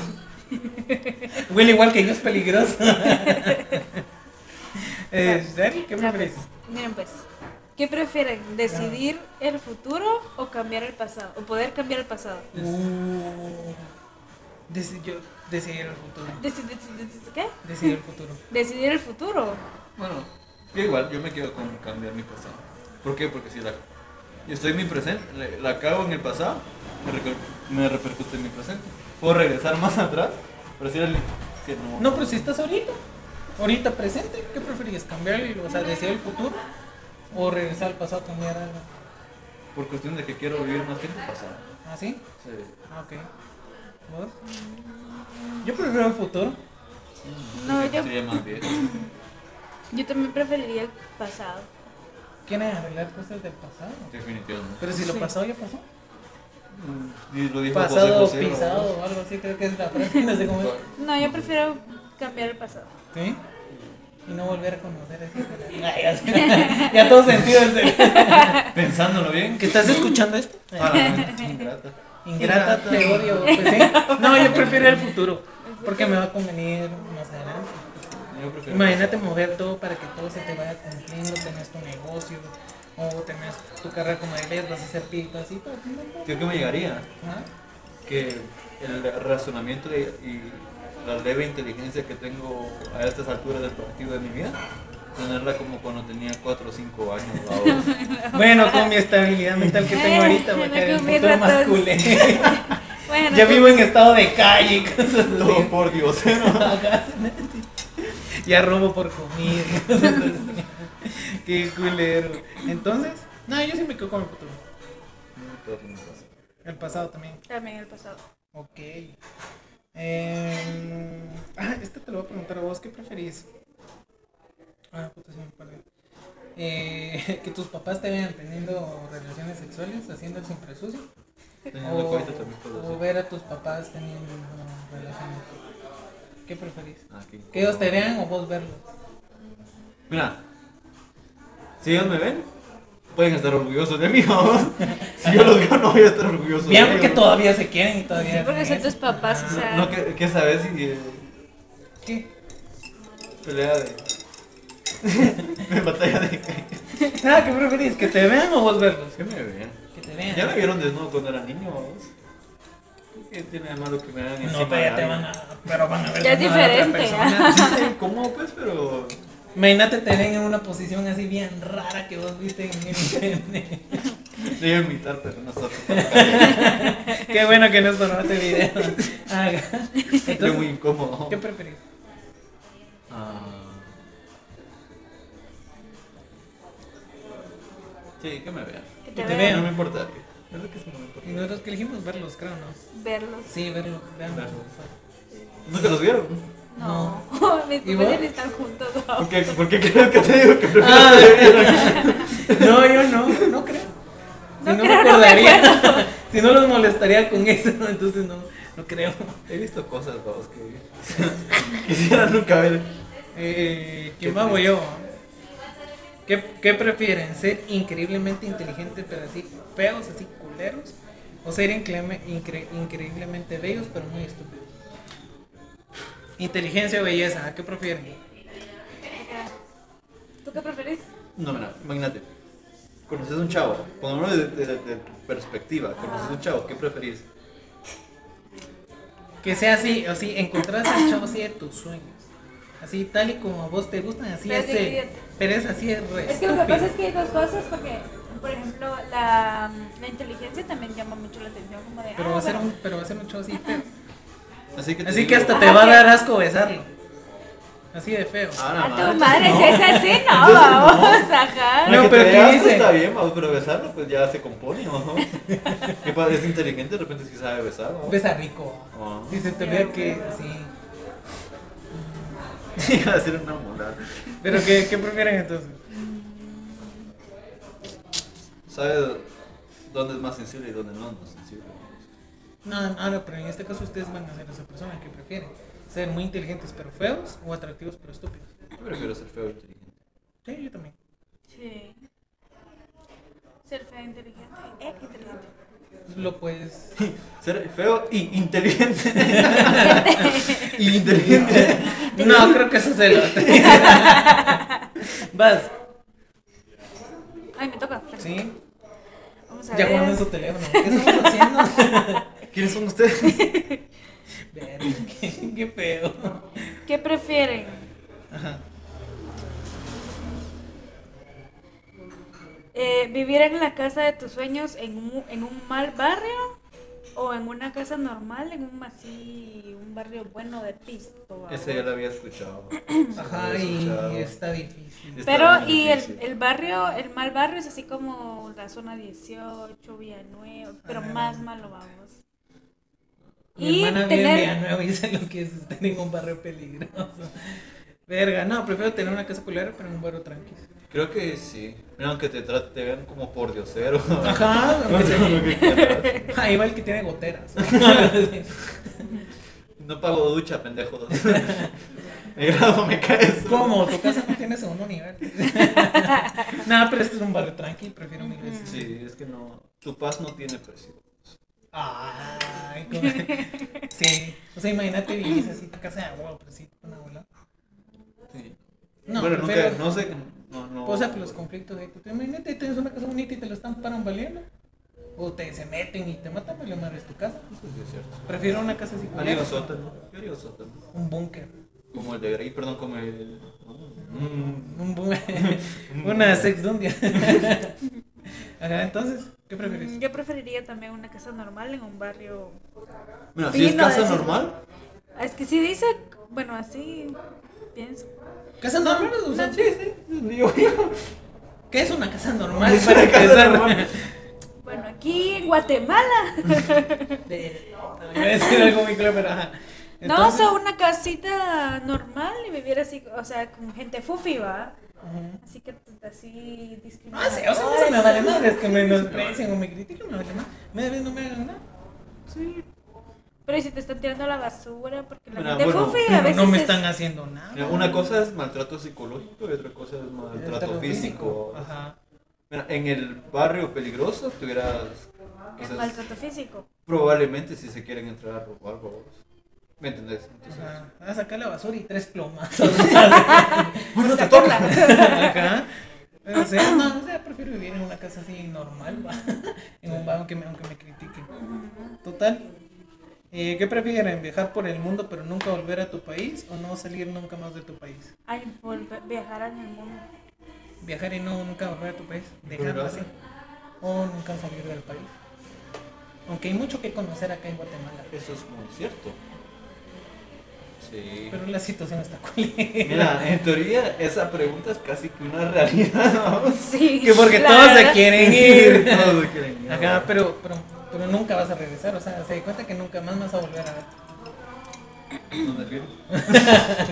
Speaker 4: Huele igual que yo, es peligroso. eh, Shari, ¿qué
Speaker 5: Ya,
Speaker 4: preferís?
Speaker 5: pues, Miren, pues. ¿Qué prefieren? ¿Decidir el futuro o cambiar el pasado? ¿O poder cambiar el pasado?
Speaker 4: Uh, deci- yo- decidir el futuro.
Speaker 5: Deci- deci- deci- ¿Qué?
Speaker 4: Decidir el futuro.
Speaker 5: Decidir el futuro.
Speaker 6: Bueno, yo igual, yo me quedo con cambiar mi pasado. ¿Por qué? Porque si la, yo estoy en mi presente, le- la cago en el pasado, me, reper- me repercute en mi presente. Puedo regresar más atrás, pero si era el- que no. pues-
Speaker 4: No, pero si estás ahorita, ahorita presente, ¿qué preferirías? ¿Cambiar, el- o sea, decidir el futuro? ¿O regresar al pasado, cambiar algo?
Speaker 6: Por cuestión de que quiero vivir más tiempo pasado.
Speaker 4: ¿Ah, sí?
Speaker 6: Sí.
Speaker 4: Ah, ok. ¿Vos? Yo prefiero el futuro.
Speaker 5: No,
Speaker 6: Porque
Speaker 5: yo-
Speaker 6: sería más viejo.
Speaker 5: Yo también preferiría el pasado.
Speaker 4: ¿Quieren arreglar cosas del pasado?
Speaker 6: Definitivamente.
Speaker 4: Pero si lo
Speaker 5: Sí.
Speaker 4: pasado ya pasó.
Speaker 6: Y lo dijo José
Speaker 4: Pasado
Speaker 6: José,
Speaker 4: pisado o algo así, creo que es la frase, no sé cómo es.
Speaker 6: ¿no?
Speaker 5: No, yo prefiero cambiar el pasado.
Speaker 4: ¿Sí? y no volver a conocer a ese hijo de la- Ay, ya, ya todo sentido el ser-
Speaker 6: Pensándolo bien.
Speaker 4: ¿Que estás escuchando esto?
Speaker 6: A la vez, ingrata.
Speaker 4: Ingrata, te odio. Pues, ¿sí? No, yo prefiero el futuro. Porque me va a convenir más adelante.
Speaker 6: Yo prefiero.
Speaker 4: Imagínate mover todo para que todo se te vaya cumpliendo, tenés tu negocio, o tenés tu carrera como eres, vas a ser pito así, pues, no, no,
Speaker 6: Creo que me llegaría
Speaker 4: ajá.
Speaker 6: que el razonamiento y, y la leve inteligencia que tengo a estas alturas del partido de mi vida, tenerla como cuando tenía 4 o 5 años. ¿va vos?
Speaker 4: Bueno, con mi estabilidad mental que tengo ahorita, voy a
Speaker 5: Bueno,
Speaker 4: caer en un
Speaker 5: con mi
Speaker 4: futuro
Speaker 5: ratón.
Speaker 4: masculino.
Speaker 5: Bueno,
Speaker 4: Ya vivo en estado de calle, y cosas
Speaker 6: Todo
Speaker 4: así.
Speaker 6: por Dios. ¿eh? ¿no?
Speaker 4: Ya robo por comida. cosas así. Qué culero. Entonces, no, yo sí me quedo con el futuro. El pasado también.
Speaker 5: También el pasado.
Speaker 4: Ok. Em, ah, esta te lo voy a preguntar a vos, ¿qué preferís? Ah, puta, se me perdió. Eh, que tus papás te vean teniendo relaciones sexuales, haciendo el siempre sucio.
Speaker 6: Teniendo
Speaker 4: O,
Speaker 6: cuenta también por ¿eh?
Speaker 4: o
Speaker 6: los
Speaker 4: ver a tus papás teniendo relaciones. ¿Qué preferís?
Speaker 6: Ah, qué
Speaker 4: ¿Que ellos te
Speaker 6: incómodo.
Speaker 4: vean o vos verlos?
Speaker 6: Mira, si ellos me ven, pueden estar orgullosos de mí, vamos. Si yo los veo, no voy a estar orgulloso de
Speaker 4: Vean
Speaker 6: ellos.
Speaker 4: que todavía se quieren y todavía.
Speaker 5: Sí, porque
Speaker 4: hacen
Speaker 5: son tus
Speaker 4: eso.
Speaker 5: papás, o sea.
Speaker 6: No, que, que sabes si eh,
Speaker 4: ¿Qué?
Speaker 6: pelea de. de batalla de.
Speaker 4: Nada, Ah, ¿qué preferís? ¿Que te vean o vos verlos?
Speaker 6: ¿Qué me ven?
Speaker 4: Que te vean.
Speaker 6: Ya me vieron desnudo cuando era niño, vamos. ¿Qué tiene de malo que me vean encima?
Speaker 4: No, pero ya
Speaker 6: de
Speaker 4: te
Speaker 6: alguien?
Speaker 4: van a. Pero van a ver.
Speaker 5: Ya es
Speaker 4: desnuda a la otra
Speaker 5: diferente, ah.
Speaker 4: persona.
Speaker 5: ajá.
Speaker 6: Sí, está incómodo, pues, pero.
Speaker 4: Imagínate te ven en una posición así bien rara que vos viste en internet.
Speaker 6: Voy a invitar personas a
Speaker 4: Qué bueno que no sonó este video. Ah,
Speaker 6: Estoy muy
Speaker 4: Entonces,
Speaker 6: incómodo.
Speaker 4: ¿qué preferís?
Speaker 6: Ah. Sí, que me vean.
Speaker 5: Que
Speaker 4: Que te
Speaker 5: te vean.
Speaker 4: vean.
Speaker 6: No me importa. Es lo que sí me importa.
Speaker 4: Y nosotros que elegimos verlos, creo, ¿no?
Speaker 5: Verlos.
Speaker 4: Sí, verlos, veanlos.
Speaker 6: Verlos. ¿Nunca los vieron?
Speaker 5: No. Mis
Speaker 4: ¿Y
Speaker 5: papás
Speaker 4: vos?
Speaker 5: ya ni están juntos. ¿no?
Speaker 6: ¿Por qué, por qué creo que te digo que prefiero
Speaker 4: Ah,
Speaker 6: que te vieran?
Speaker 4: No, yo no, no creo. Si
Speaker 5: No
Speaker 4: no, me
Speaker 5: creo, no me
Speaker 4: acordaría, si no los molestaría con eso, entonces no, no creo.
Speaker 6: He visto cosas, vamos, que quisiera nunca ver.
Speaker 4: Eh,
Speaker 6: Qué
Speaker 4: ¿Quién más voy
Speaker 6: triste.
Speaker 4: yo? ¿Qué, qué prefieren? ¿Ser increíblemente inteligentes pero así feos, así culeros? ¿O ser incleme- incre- increíblemente bellos pero muy estúpidos? Inteligencia o belleza, ¿a qué prefieren?
Speaker 5: ¿Tú qué preferís?
Speaker 6: No, mira, imagínate. Conoces a un chavo, pongámoslo desde de, de tu perspectiva. Conoces a un chavo, ¿qué preferís?
Speaker 4: Que sea así, así, encontrás al chavo así de tus sueños. Así tal y como a vos te gustan, así
Speaker 5: Pero es
Speaker 4: es.
Speaker 5: de
Speaker 4: eh,
Speaker 5: idiota.
Speaker 4: Pero es así, es re
Speaker 5: Es que lo que pasa
Speaker 4: estúpido.
Speaker 5: es que hay dos cosas, porque, por ejemplo, la, mm, la inteligencia también llama mucho la atención, como de,
Speaker 4: Pero
Speaker 5: ah,
Speaker 4: va a ser
Speaker 5: bueno,
Speaker 4: un, pero va a ser un chavo así feo.
Speaker 6: Así que, te
Speaker 4: Así
Speaker 6: digo-
Speaker 4: que hasta te va a
Speaker 5: Ah,
Speaker 4: dar asco besarlo. Así de feo.
Speaker 6: Ah, la
Speaker 5: a
Speaker 6: madre.
Speaker 5: tu madre, si es así, no,
Speaker 6: Entonces,
Speaker 5: vamos,
Speaker 6: no.
Speaker 5: ajá.
Speaker 4: No,
Speaker 6: No,
Speaker 4: pero
Speaker 6: pero
Speaker 4: ¿qué
Speaker 6: que pues,
Speaker 4: dice?
Speaker 6: está bien, vamos, pero besarlo pues ya se compone, ¿no? Que pa- es inteligente, de repente sí sabe besar, ¿no?
Speaker 4: Besa rico.
Speaker 6: Ah.
Speaker 4: Si se te olvida que sí.
Speaker 6: Iba a ser una molada.
Speaker 4: Pero qué, qué prefieren entonces?
Speaker 6: ¿Sabe dónde es más sensible y dónde no es más sensible?
Speaker 4: No, ahora, pero en este caso ustedes van a ser esa persona que prefieren. Ser muy inteligentes pero feos o atractivos pero estúpidos.
Speaker 6: Yo prefiero ser feo e inteligente.
Speaker 4: Sí, yo también.
Speaker 5: Sí. Ser feo, inteligente, eh, inteligente.
Speaker 4: Lo puedes.
Speaker 6: Ser feo y inteligente. y inteligente.
Speaker 4: No, creo que eso es el otro. Vas.
Speaker 5: Ay, me toca.
Speaker 4: Sí.
Speaker 5: Vamos a
Speaker 4: Ya jugando en
Speaker 5: ver.
Speaker 4: su teléfono. ¿Qué estamos haciendo?
Speaker 6: ¿Quiénes son ustedes?
Speaker 4: Ver, qué, qué feo.
Speaker 5: ¿Qué prefieren?
Speaker 4: Ajá.
Speaker 5: Eh, ¿Vivir en la casa de tus sueños en un, en un mal barrio? ¿O en una casa normal, en un así, un barrio bueno de pisto?
Speaker 6: Esa ya la había escuchado.
Speaker 4: Ajá, y está difícil.
Speaker 6: Está
Speaker 5: Pero,
Speaker 6: muy
Speaker 5: y el,
Speaker 6: difícil.
Speaker 5: el barrio, el mal barrio es así como la zona 18, Villanueva, pero
Speaker 4: Ah.
Speaker 5: más malo, vamos.
Speaker 4: Mi
Speaker 5: Y
Speaker 4: hermana vive en
Speaker 5: tener-
Speaker 4: Villanueva y dice lo que es estar en un barrio peligroso. Verga, no, prefiero tener una casa culera, pero en un barrio tranquilo.
Speaker 6: Creo que sí. Mira, aunque te, tra- te vean como por diosero.
Speaker 4: Ajá,
Speaker 6: No sé lo que quieras.
Speaker 4: ahí va el que tiene goteras.
Speaker 6: No pago ducha, pendejos. Me grado, me caes.
Speaker 4: ¿Cómo? Tu casa no tiene segundo nivel. Nada, pero este es un barrio tranqui, prefiero mil veces.
Speaker 6: Sí, es que no. Tu paz no tiene precio.
Speaker 4: Ay, cómo- Sí. O sea, imagínate vivir así tu casa de agua, pero sí, una abuela.
Speaker 6: Sí.
Speaker 4: No,
Speaker 6: bueno,
Speaker 4: prefiero- Pues,
Speaker 6: nunca, no sé. No, no.
Speaker 4: O sea, que los conflictos de tú imagínate, tienes una casa bonita y te la están parambaleando. O te se meten y te matan, vale madre es tu casa.
Speaker 6: Eso sí es cierto.
Speaker 4: Prefiero una casa así.
Speaker 6: Han ido a sótano. Yo digo sótano.
Speaker 4: Un búnker.
Speaker 6: Como el de Grey, perdón, como el. Mm,
Speaker 4: Un búnker. una sex dundia. Ajá, entonces, ¿qué prefieres?
Speaker 5: Mm, Yo preferiría también una casa normal en un barrio.
Speaker 6: Mira,
Speaker 5: Sí,
Speaker 6: si es
Speaker 5: no,
Speaker 6: casa
Speaker 5: es-
Speaker 6: normal,
Speaker 5: Es que si dice, bueno, así pienso.
Speaker 4: ¿Casa normal? O sea, sí, sí.
Speaker 6: digo yo.
Speaker 4: ¿Qué es una casa normal?
Speaker 6: Es una
Speaker 4: Para
Speaker 6: casa
Speaker 4: empezar.
Speaker 6: normal.
Speaker 5: Bueno, aquí en Guatemala.
Speaker 4: De- no, Iba a decir algo muy claro, pero ajá.
Speaker 5: no, o
Speaker 4: Entonces-
Speaker 5: sea, una casita normal y vivir así, o sea, con gente fufi, va.
Speaker 4: Ujú.
Speaker 5: Así que pues, así
Speaker 4: Ah,
Speaker 5: discriminadora.
Speaker 4: sí, o sea, no se me vale madre, es que me menosprecien o me critiquen, me vale madre. Me ven, no me hagan nada.
Speaker 5: Pero ¿y si te están tirando la basura, porque la
Speaker 6: Mira,
Speaker 5: gente
Speaker 6: bueno,
Speaker 5: fufi a
Speaker 4: Pero
Speaker 5: veces
Speaker 4: no me
Speaker 5: es-
Speaker 4: están haciendo nada.
Speaker 6: Mira, una cosa es maltrato psicológico y otra cosa es maltrato físico.
Speaker 4: Ajá.
Speaker 6: Mira, en el barrio peligroso tuvieras.
Speaker 5: es
Speaker 6: quizás,
Speaker 5: maltrato físico.
Speaker 6: probablemente si se quieren entrar a robar, babos. ¿Me entendés? Entonces,
Speaker 4: Ajá. Vas a sacar ah, la basura y tres plomazos.
Speaker 6: bueno, te toca.
Speaker 4: Ajá. O sea, Eh, no, o sea, prefiero vivir en una casa así normal, va. en un barrio que me, aunque me critiquen. Total. Eh, ¿Qué prefieren? ¿Viajar por el mundo pero nunca volver a tu país o no salir nunca más de tu país?
Speaker 5: Ay, volver, viajar en el mundo.
Speaker 4: Viajar y no nunca volver a tu país, dejarlo así. O nunca salir del país. Aunque hay mucho que conocer acá en Guatemala.
Speaker 6: Eso es muy cierto. Sí.
Speaker 4: Pero la situación está culera.
Speaker 6: Mira, en teoría esa pregunta es casi que una realidad. ¿no?
Speaker 5: Sí.
Speaker 4: Que porque
Speaker 5: la
Speaker 4: todos se
Speaker 5: verdad.
Speaker 4: quieren ir.
Speaker 6: Todos se quieren ir.
Speaker 4: Ajá, pero, pero, pero nunca vas a regresar. O sea, se da cuenta que nunca más vas a volver a ver.
Speaker 6: ¿Dónde quieren?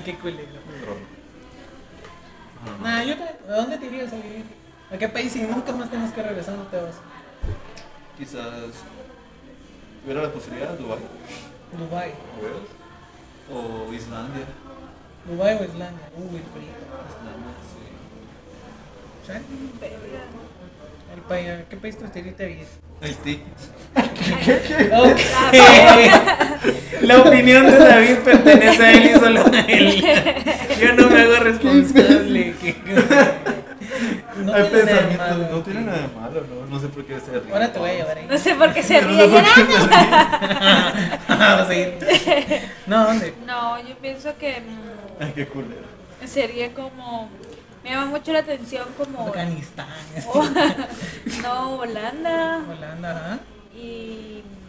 Speaker 4: Qué culero.
Speaker 6: Roma.
Speaker 4: Nah, yo te- ¿a dónde te irías a vivir? ¿A qué país si nunca más tienes que regresar no te vas?
Speaker 6: Quizás tuviera la posibilidad de Dubái,
Speaker 4: Dubai,
Speaker 6: o Wales, o Islandia.
Speaker 4: Dubai o Islandia. Uy, el frío.
Speaker 6: Islandia, sí.
Speaker 4: ¿Sabes?
Speaker 5: Verga.
Speaker 4: El país, ¿A qué país te gustaría te vivir?
Speaker 6: Haití.
Speaker 4: La opinión de David pertenece a él y solo a él. Yo no me hago responsable. que- No
Speaker 6: Hay
Speaker 4: tiene nada de
Speaker 6: pensamientos,
Speaker 4: malo.
Speaker 6: no tiene nada de malo, ¿no? No sé por qué se ríe.
Speaker 4: Ahora te voy a llevar ahí.
Speaker 5: No sé por qué se
Speaker 6: No
Speaker 5: ríe
Speaker 6: sé por qué
Speaker 5: Gerardo.
Speaker 6: se ríe.
Speaker 4: Vamos a ir. No, ¿dónde?
Speaker 5: No, yo pienso que mm,
Speaker 6: Ay, qué culero.
Speaker 5: sería como. Me llama mucho la atención como.
Speaker 4: Afganistán.
Speaker 5: o- no, Holanda.
Speaker 4: Holanda, ¿ah? ajá.
Speaker 5: Y. mm,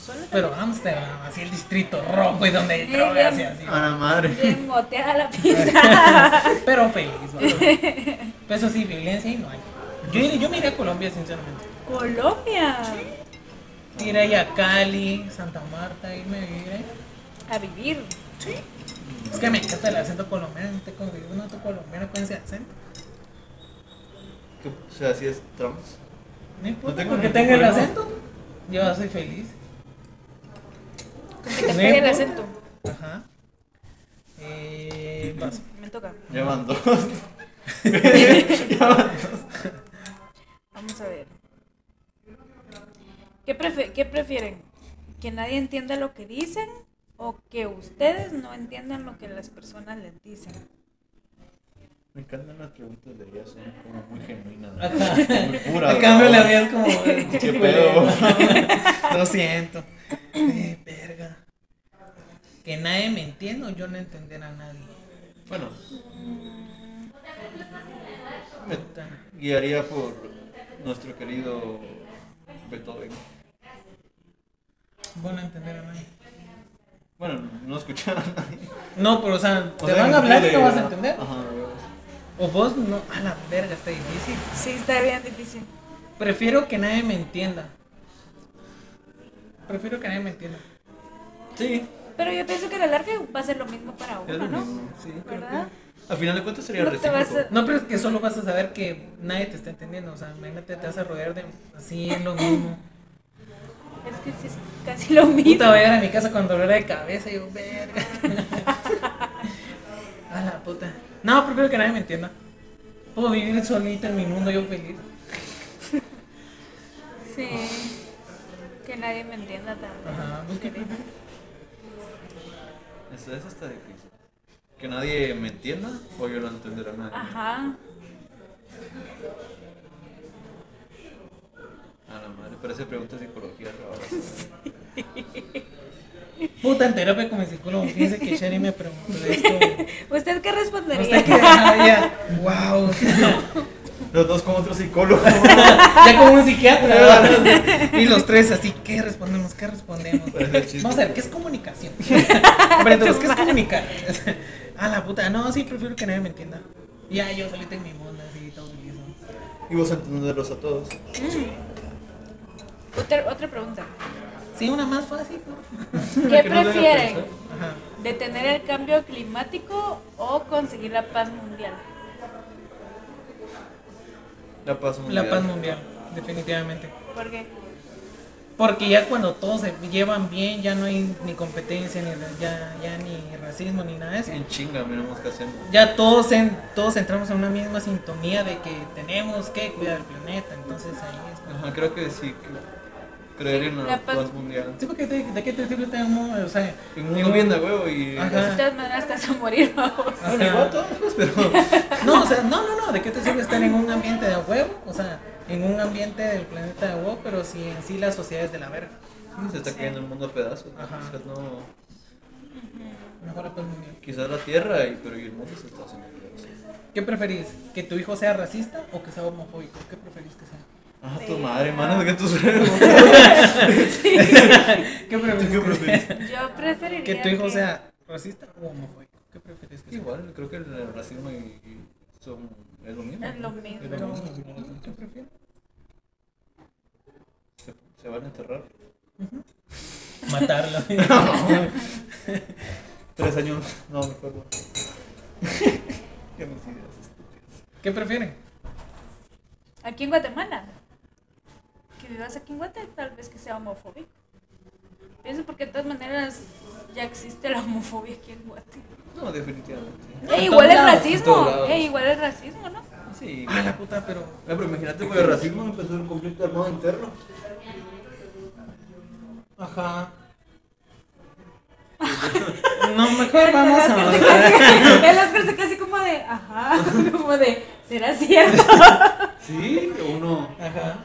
Speaker 5: Solo
Speaker 4: Pero Ámsterdam, así el distrito rojo y donde hay
Speaker 5: Sí,
Speaker 4: drogas y
Speaker 5: bien.
Speaker 4: así.
Speaker 6: A la madre.
Speaker 5: bien moteada la pizza.
Speaker 4: Pero feliz, ¿verdad? Pero eso sí, violencia y no hay. Yo, iré- yo me iré a Colombia, sinceramente.
Speaker 5: Colombia.
Speaker 4: Iré ahí a Cali, Santa Marta, irme a vivir ahí.
Speaker 5: A vivir.
Speaker 4: Es que me encanta el acento colombiano, no te consigues un otro colombiano con ese acento.
Speaker 6: ¿Qué- O sea, si es trans.
Speaker 4: No importa,
Speaker 6: No tengo
Speaker 4: porque
Speaker 6: ningún
Speaker 4: tenga el
Speaker 6: problema.
Speaker 4: acento, yo soy feliz.
Speaker 5: Que te pegue el acento.
Speaker 4: Ajá. Eh, vas.
Speaker 5: Me toca.
Speaker 6: Ya van dos.
Speaker 5: Vamos a ver. ¿Qué, prefe- qué prefieren? ¿Que nadie entienda lo que dicen o que ustedes no entiendan lo que las personas les dicen?
Speaker 6: Me encantan las preguntas de ella, son como muy genuinas.
Speaker 4: Ajá.
Speaker 6: Muy puras.
Speaker 4: A cambio,
Speaker 6: ¿no?
Speaker 4: la mía es como. eh,
Speaker 6: Qué pedo.
Speaker 4: Lo siento. Eh, verga. Que nadie me entienda o yo no entender a nadie.
Speaker 6: Bueno,
Speaker 5: Mm,
Speaker 4: Puta.
Speaker 6: guiaría por nuestro querido Beethoven.
Speaker 4: Vos no entender a nadie.
Speaker 6: Bueno, no escuchaba a nadie.
Speaker 4: No, pero o sea, te
Speaker 6: O sea,
Speaker 4: van a hablar y
Speaker 6: de-
Speaker 4: no vas a entender.
Speaker 6: Ajá, huevos.
Speaker 4: O vos no. A la verga, está difícil.
Speaker 5: sí, está bien difícil.
Speaker 4: Prefiero que nadie me entienda. Prefiero que nadie me entienda.
Speaker 6: Sí,
Speaker 5: Pero yo pienso que a la larga va a ser lo mismo para
Speaker 6: es
Speaker 5: uno,
Speaker 6: lo
Speaker 5: ¿no?
Speaker 6: mismo. Sí, creo
Speaker 5: ¿Verdad?
Speaker 6: que- Al final de cuentas sería
Speaker 5: No te vas
Speaker 6: recíproco.
Speaker 5: a-
Speaker 4: No, pero es que solo vas a saber que nadie te está entendiendo. O sea, imagínate, te vas a rodear de. Así es lo mismo.
Speaker 5: Es que sí es casi lo mismo.
Speaker 4: Puta, voy a ir a mi casa con dolor de cabeza. y Yo, verga. A la puta. No, prefiero que nadie me entienda. Puedo vivir solito en mi mundo, yo feliz.
Speaker 5: Sí. Que nadie me entienda tanto.
Speaker 4: Ajá, ¿vos qué
Speaker 5: Sería.
Speaker 6: Eso, eso está difícil. Que nadie me entienda o yo no entenderé a nadie.
Speaker 5: Ajá.
Speaker 6: A la madre, parece pregunta de psicología ahora.
Speaker 4: Puta, en terapia con mi psicólogo. Fíjense que Sherry me preguntó esto.
Speaker 5: ¿Usted qué respondería?
Speaker 4: Usted que ya, wow.
Speaker 6: Los dos con otro psicólogo.
Speaker 4: Ya como un psiquiatra. ¿verdad? Y los tres así, ¿qué respondemos? ¿Qué respondemos?
Speaker 6: Parece chiste.
Speaker 4: Vamos a ver, ¿qué es comunicación? Hombre, entonces, ¿qué es comunicar? A la puta, no, sí, prefiero que nadie me entienda. Ya, yo solito en mi mundo, así, todo feliz. ¿no?
Speaker 6: Y vos entenderlos a todos.
Speaker 5: Mm. Otra, otra pregunta.
Speaker 4: Sí, una más fácil, ¿no?
Speaker 5: ¿Qué prefieren?
Speaker 4: Ajá.
Speaker 5: ¿Detener el cambio climático o conseguir la paz mundial?
Speaker 6: La paz mundial.
Speaker 4: La paz mundial, definitivamente.
Speaker 5: ¿Por qué?
Speaker 4: Porque ya cuando todos se llevan bien, ya no hay ni competencia, ni ra- ya, ya ni racismo, ni nada de eso.
Speaker 6: En chinga, miramos qué hacemos.
Speaker 4: Ya todos, en, todos entramos en una misma sintonía de que tenemos que cuidar el planeta, entonces ahí es cuando...
Speaker 6: Ajá, creo que sí. que- Creer en la,
Speaker 5: la
Speaker 6: paz,
Speaker 5: paz-
Speaker 6: mundial.
Speaker 4: Sí, porque de, de qué te sirve tener un- o sea,
Speaker 6: En un mundo bien de huevo y.
Speaker 4: Ajá.
Speaker 5: De todas maneras te vas a morir, vamos.
Speaker 4: Ajá.
Speaker 6: Bueno, igual todos, pues, pero.
Speaker 4: No, o sea, no, no, no, ¿de qué te sirve estar en un ambiente de huevo? O sea, en un ambiente del planeta de huevo, pero si en sí la sociedad es de la verga.
Speaker 6: Se está cayendo el mundo a pedazos. ¿no?
Speaker 4: Ajá.
Speaker 6: Quizás no.
Speaker 4: Mejor la paz mundial.
Speaker 6: Quizás la tierra, y, pero y el mundo se está haciendo pedazos.
Speaker 4: ¿Qué preferís? ¿Que tu hijo sea racista o que sea homofóbico? ¿Qué preferís que sea?
Speaker 6: Ah, tu madre, mano, que tus suegros.
Speaker 4: ¿Qué preferís?
Speaker 6: ¿Qué
Speaker 4: que sea?
Speaker 6: prefieres?
Speaker 5: Yo preferiría
Speaker 4: que tu hijo sea racista o homofóbico. ¿Qué prefieres que sea?
Speaker 6: Igual, creo que el racismo y, y son, es lo mismo.
Speaker 5: Es lo mismo.
Speaker 6: Es
Speaker 4: Pero,
Speaker 6: mismo.
Speaker 4: ¿qué prefieres?
Speaker 6: Se, se van a enterrar.
Speaker 4: Matarlo.
Speaker 6: Tres años. No, mejor no. Qué este. mis ideas.
Speaker 4: ¿Qué prefieren?
Speaker 5: Aquí en Guatemala. Que vivas aquí en Guatemala, tal vez que sea homofóbico. Pienso porque de todas maneras ya existe la homofobia aquí en Guatemala.
Speaker 6: No, definitivamente.
Speaker 5: Eh, igual el
Speaker 4: lados, en
Speaker 5: racismo.
Speaker 6: todos lados.
Speaker 5: Eh, igual el racismo, ¿no?
Speaker 6: Sí,
Speaker 4: Ah,
Speaker 6: igual.
Speaker 4: la puta, pero.
Speaker 6: Ah, pero imagínate, por el racismo empezó el conflicto armado interno.
Speaker 4: Ajá. No, mejor vamos
Speaker 5: El Oscar se
Speaker 4: a.
Speaker 5: casi- El Oscar se casi como de, ajá, como de, ¿será cierto?
Speaker 6: Sí, uno.
Speaker 4: Ajá.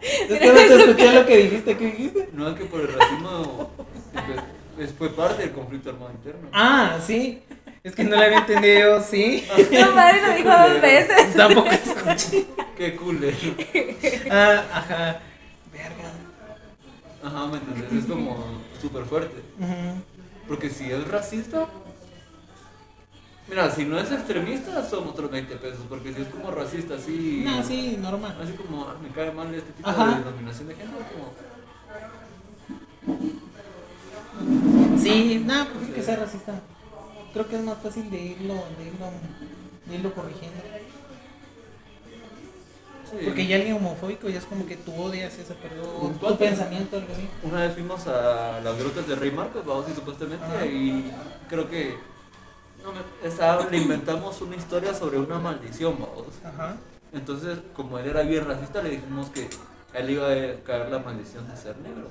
Speaker 4: Es que no te escuché lo que dijiste. ¿Qué dijiste?
Speaker 6: No es que por el racismo empe- es- fue parte del conflicto armado interno.
Speaker 4: Ah, sí. Es que no lo había entendido, sí.
Speaker 5: No, madre lo dijo dos veces.
Speaker 4: Tampoco escuché.
Speaker 6: Qué ¿eh? culero.
Speaker 4: Ah, ajá. Verga.
Speaker 6: Ajá, ¿me entendés? Es como súper fuerte.
Speaker 4: Ujú.
Speaker 6: Porque si es racista, mira, si no es extremista, son otros 20 pesos. Porque si es como racista, así.
Speaker 4: No, sí, normal.
Speaker 6: Así como ah, me cae mal este tipo
Speaker 4: Ajá.
Speaker 6: de denominación de género, como.
Speaker 4: Sí, no, prefiero que sea racista. Creo que es más fácil de irlo, de irlo, de irlo corrigiendo.
Speaker 6: sí.
Speaker 4: Porque ya alguien homofóbico ya es como que tú odias ese perdón,
Speaker 6: Un
Speaker 4: tu
Speaker 6: cuate.
Speaker 4: pensamiento, algo así.
Speaker 6: Una vez fuimos a las grutas de Rey Marcos, vamos y supuestamente,
Speaker 4: Ajá.
Speaker 6: y creo que. No, me- esa, le inventamos una historia sobre una maldición, vamos.
Speaker 4: Ajá.
Speaker 6: Entonces, como él era bien racista, le dijimos que a él iba a caer la maldición de ser negro.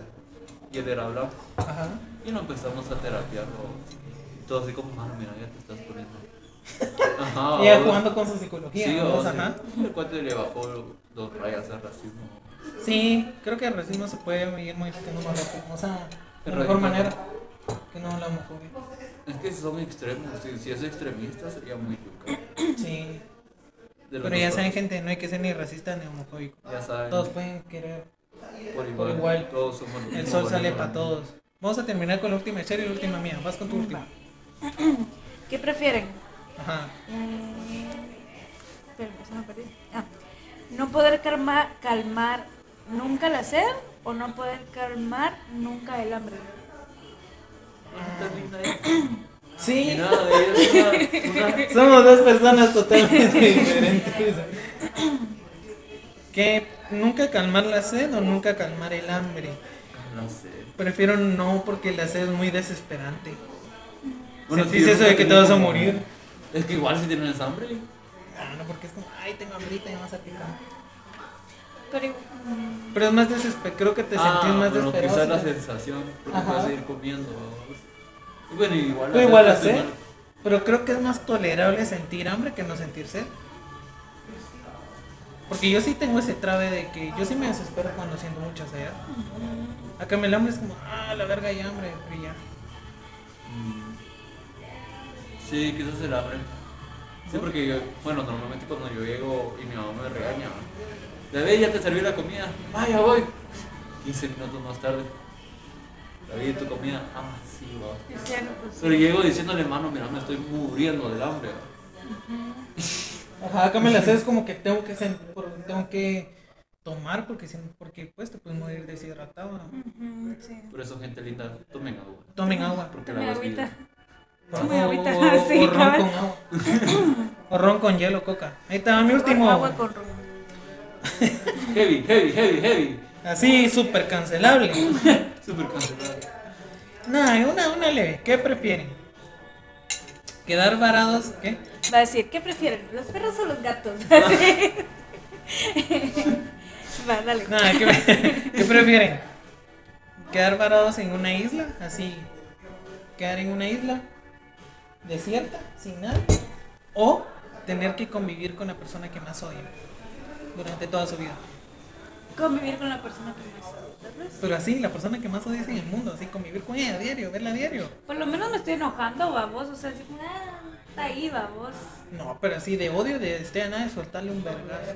Speaker 6: Y él era blanco.
Speaker 4: Ajá.
Speaker 6: Y lo empezamos a terapiarlo. Todo así como, mano, mira, ya te estás poniendo. Ajá.
Speaker 4: Y ya
Speaker 6: vos-
Speaker 4: jugando con su
Speaker 6: Ah, Sí,
Speaker 4: psicología.
Speaker 6: vos,
Speaker 4: vos, ajá.
Speaker 6: sí. El cuate le bajó dos rayas al racismo.
Speaker 4: Sí, creo que el racismo se puede ir modificando más rápido. O sea, de
Speaker 6: Erradicar.
Speaker 4: mejor manera que no la homofobia.
Speaker 6: Es que son extremos. Si, si es extremista, sería muy yuca.
Speaker 4: Sí.
Speaker 6: De los
Speaker 4: Pero
Speaker 6: dos
Speaker 4: ya saben,
Speaker 6: lados.
Speaker 4: gente, no hay que ser ni racista ni homofóbico.
Speaker 6: Ya saben.
Speaker 4: Todos pueden querer.
Speaker 6: por igual.
Speaker 4: por igual.
Speaker 6: Todos somos los
Speaker 4: El
Speaker 6: mismos
Speaker 4: sol sale
Speaker 6: valores.
Speaker 4: para todos. Vamos a terminar con la última serie y la última mía. Vas con tu última.
Speaker 5: ¿Qué prefieren?
Speaker 4: Ajá.
Speaker 5: Eh, espérame, se me perdió. Ah. no poder calma- calmar nunca la sed o no poder calmar nunca el hambre.
Speaker 6: Ah, está linda ella. Y
Speaker 4: Sí.
Speaker 6: nada, ella es una- una
Speaker 4: Somos dos personas totalmente diferentes. ¿Qué? ¿Nunca calmar la sed o nunca calmar el hambre?
Speaker 6: Ah, No sé.
Speaker 4: Prefiero no porque la sed es muy desesperante.
Speaker 6: Bueno,
Speaker 4: ¿Sentís eso de que te vas a morir?
Speaker 6: Es que igual si tienes hambre.
Speaker 4: Ah, no, porque es como, ay, tengo hambrita y más a picar.
Speaker 5: Pero
Speaker 4: Pero es más desesperado, creo que te
Speaker 6: ah,
Speaker 4: sentís más
Speaker 6: bueno,
Speaker 4: desesperado.
Speaker 6: quizás la sensación, porque
Speaker 4: Ajá.
Speaker 6: puedes seguir comiendo. vamos. Y bueno, igual.
Speaker 4: Tú igual
Speaker 6: haces,
Speaker 4: haces,
Speaker 6: igual.
Speaker 4: pero creo que es más tolerable sentir hambre que no sentir sed. Porque yo sí tengo ese trabe de que yo sí me desespero cuando siento mucha sed. Acá me el hambre es como, ah, la verga hay hambre, pero ya.
Speaker 6: Mm. Sí, quizás el hambre. Sí, porque yo, bueno, normalmente cuando yo llego y mi mamá me regaña, David, ya te serví la comida. Ah, ya voy. 15 minutos más tarde. David, tu comida. Ah, sí, va.
Speaker 5: es cierto.
Speaker 6: Pero llego diciéndole, mano, mira, me estoy muriendo del hambre.
Speaker 4: Ajá, acá me la sed es como que tengo que sen- por- tengo que tomar porque si no- porque pues te puedes morir deshidratado. ¿no?
Speaker 5: Ujú, sí.
Speaker 6: Por eso, gente linda, tomen agua.
Speaker 4: Tomen agua.
Speaker 6: Porque
Speaker 5: Tomen
Speaker 6: la voz
Speaker 5: agüita.
Speaker 6: vida.
Speaker 4: O,
Speaker 5: Muy
Speaker 4: o-
Speaker 5: agüita,
Speaker 4: o-
Speaker 5: sí,
Speaker 4: o ron
Speaker 5: cabal.
Speaker 4: con agua. o ron con hielo, coca. Ahí está mi último.
Speaker 1: Agua con rum.
Speaker 6: Heavy, heavy, heavy, heavy.
Speaker 4: Así, súper cancelable.
Speaker 6: Súper cancelado.
Speaker 4: Nah, una, una leve. ¿Qué prefieren? ¿Quedar varados? ¿Qué?
Speaker 5: Va a decir, ¿qué prefieren? ¿Los perros o los gatos? Sí. Va, dale.
Speaker 4: Nah, ¿qué, qué prefieren? ¿Quedar varados en una isla? Así. ¿Quedar en una isla desierta, sin nada? ¿O tener que convivir con la persona que más odia durante toda su vida?
Speaker 5: Convivir con la persona que más amo, tal vez.
Speaker 4: Pero así, la persona que más odias en el mundo, así convivir con ella a diario, verla a diario.
Speaker 5: Por lo menos me estoy enojando, babos. O sea, así como, ah, está ahí, babos.
Speaker 4: No, pero así de odio, de este a nada, de soltarle un vergazo.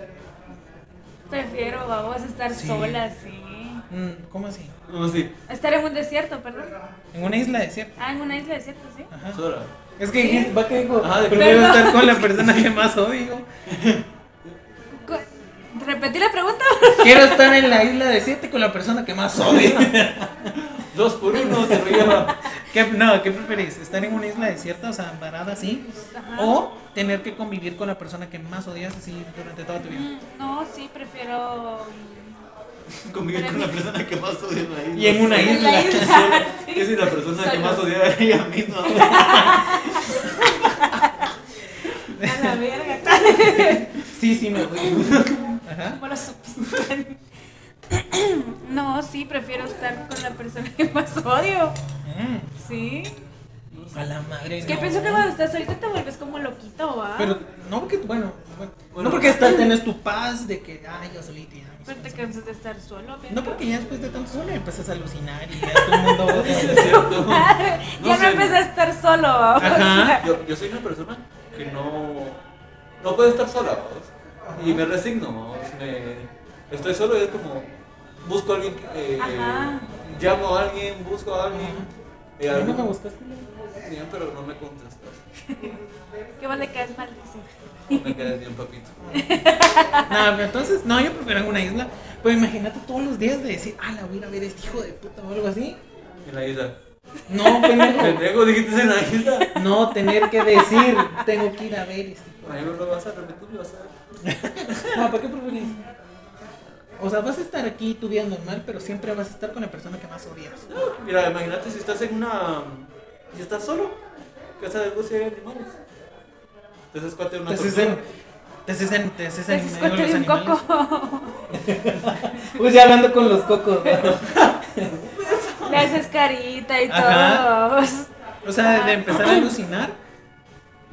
Speaker 5: Prefiero, babos, estar
Speaker 4: Sí.
Speaker 5: sola, sí.
Speaker 4: Mm, ¿Cómo así?
Speaker 6: No, sí.
Speaker 5: Estar en un desierto, perdón.
Speaker 4: En una isla desierta.
Speaker 5: Ah, en una isla desierta, sí.
Speaker 4: Ajá.
Speaker 6: Sora.
Speaker 4: Es que dijiste, va que dijo,
Speaker 6: Ajá, de-
Speaker 4: prefiero
Speaker 5: Perdón.
Speaker 4: estar con la persona que más odio.
Speaker 5: Cu- ¿Repetí la pregunta?
Speaker 4: Quiero estar en la isla de siete con la persona que más odio.
Speaker 6: Dos por uno se relleva.
Speaker 4: ¿Qué- no, ¿qué preferís? ¿Estar en una isla desierta, o sea, varada así?
Speaker 5: Ajá.
Speaker 4: ¿O tener que convivir con la persona que más odias así durante toda tu vida?
Speaker 5: Mm, No, sí, prefiero. mm,
Speaker 6: Convivir con la persona que más odia en la isla.
Speaker 4: Y en una
Speaker 5: en
Speaker 4: isla.
Speaker 5: la isla. sí.
Speaker 6: ¿Qué si la persona que
Speaker 5: Solo.
Speaker 6: más odiaba era ella misma?
Speaker 5: A la verga,
Speaker 4: Sí, sí, me odio. Ajá.
Speaker 5: ¿Cómo lo supiste? No, sí, prefiero estar con la persona que más odio.
Speaker 4: Mm,
Speaker 5: Sí.
Speaker 4: a la madre.
Speaker 5: Es que
Speaker 4: no.
Speaker 5: pienso que cuando estás solito te vuelves como loquito, ¿va?
Speaker 4: Pero, no porque, bueno, bueno,
Speaker 6: Bueno.
Speaker 4: no porque estás, tenés tu paz de que, ay, yo solita. ya, mis
Speaker 5: Pero te
Speaker 4: pensamientos.
Speaker 5: cansas de estar solo, ¿verdad?
Speaker 4: No porque ya después de tanto solo empezás a alucinar y ya todo el mundo odia.
Speaker 6: Es cierto. No
Speaker 5: ya no
Speaker 6: sé.
Speaker 5: empecé a estar solo, ¿va?
Speaker 4: Ajá.
Speaker 6: Yo, yo soy una persona que no, no puede estar sola, ¿vos? Y me resigno, ¿vos? Me- estoy solo y es como, busco a alguien, que- eh,
Speaker 5: Ajá.
Speaker 6: llamo a alguien, busco a alguien. eh,
Speaker 4: A mí no me
Speaker 6: algún-
Speaker 4: buscas. culo.
Speaker 6: Bien, pero no me contestas.
Speaker 5: ¿Qué más le caes mal? Dice.
Speaker 6: No me quedas bien, papito.
Speaker 4: Nada, pero entonces, no, yo prefiero en una isla. Pero imagínate todos los días de decir, ah, la voy a ir a ver a este hijo de puta o algo así.
Speaker 6: En la isla.
Speaker 4: No, pendejo.
Speaker 6: Pendejo, dijiste en la isla.
Speaker 4: No, tener que decir, tengo que ir a ver este hijo.
Speaker 6: Ay, no lo vas a repetir, lo vas a ver.
Speaker 4: No, ¿para qué preferís? O sea, vas a estar aquí tu vida normal, pero siempre vas a estar con la persona que más odias.
Speaker 6: No, Mira, imagínate si estás en una. Si estás solo, casa de luz y hay animales. Te haces cuate de una
Speaker 4: Te haces
Speaker 6: tortuga.
Speaker 4: en. Te haces en. Te haces
Speaker 5: Te
Speaker 4: en.
Speaker 5: haces
Speaker 4: medio
Speaker 5: cuenta
Speaker 4: de los
Speaker 5: de un
Speaker 4: animales.
Speaker 5: coco.
Speaker 4: Pues ya hablando con los cocos. ¿verdad?
Speaker 5: Le haces carita y
Speaker 4: Ajá.
Speaker 5: todo.
Speaker 4: O sea,
Speaker 5: Ah.
Speaker 4: de empezar a alucinar,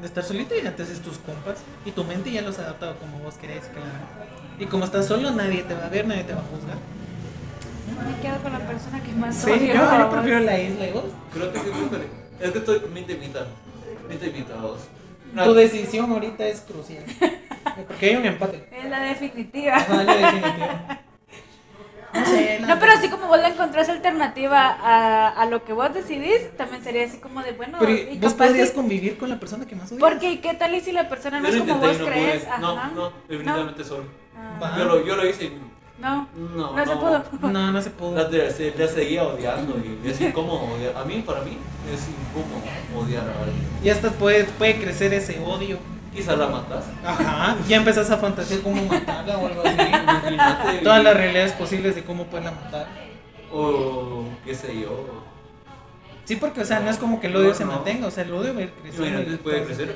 Speaker 4: de estar solito y antes es tus compas y tu mente ya los ha adaptado como vos querés, claro. Y como estás solo, nadie te va a ver, nadie te va a juzgar.
Speaker 5: Me quedo con la persona que más
Speaker 4: Sí, yo,
Speaker 5: odio.
Speaker 4: yo
Speaker 5: babos.
Speaker 4: prefiero la isla y vos.
Speaker 6: Creo que sí, prefiero. Es que estoy mitad y mitad. Mitad y mitad, vos. No,
Speaker 4: Tu decisión ahorita es crucial. Porque hay un empate.
Speaker 5: Es la definitiva.
Speaker 4: Ajá, la definitiva. No sé, la-
Speaker 5: No, pero así como vos le encontrás alternativa a, a lo que vos decidís, también sería así como de, bueno,
Speaker 4: Pero
Speaker 5: y
Speaker 4: vos
Speaker 5: capaz
Speaker 4: podrías
Speaker 5: sí.
Speaker 4: convivir con la persona que más odias.
Speaker 5: Porque, ¿y ¿qué tal y si la persona
Speaker 6: yo
Speaker 5: no
Speaker 6: lo
Speaker 5: es como
Speaker 6: intenté
Speaker 5: vos
Speaker 6: y no
Speaker 5: crees?
Speaker 6: pude. No,
Speaker 5: Ajá.
Speaker 6: no, definitivamente solo.
Speaker 5: Ah,
Speaker 4: Va.
Speaker 6: Yo lo, yo lo hice y.
Speaker 5: No,
Speaker 6: No,
Speaker 5: no, se pudo.
Speaker 4: No, no se
Speaker 6: La,
Speaker 4: pudo.
Speaker 6: te- se- la seguía odiando y es incómodo odiar. A mí, para mí, es incómodo odiar a alguien.
Speaker 4: Y hasta puede, puede crecer ese odio.
Speaker 6: Quizás la matas.
Speaker 4: Ajá. Ya empezás a fantasear cómo matarla o algo así.
Speaker 6: Imagínate.
Speaker 4: Todas las realidades posibles de cómo poderla matar.
Speaker 6: O qué sé yo.
Speaker 4: Sí, porque, o sea, no es como que el odio
Speaker 6: No,
Speaker 4: se
Speaker 6: no.
Speaker 4: mantenga, o sea, el odio va a ir creciendo.
Speaker 6: Imagínate,
Speaker 4: y
Speaker 6: puede
Speaker 4: todo.
Speaker 6: crecer.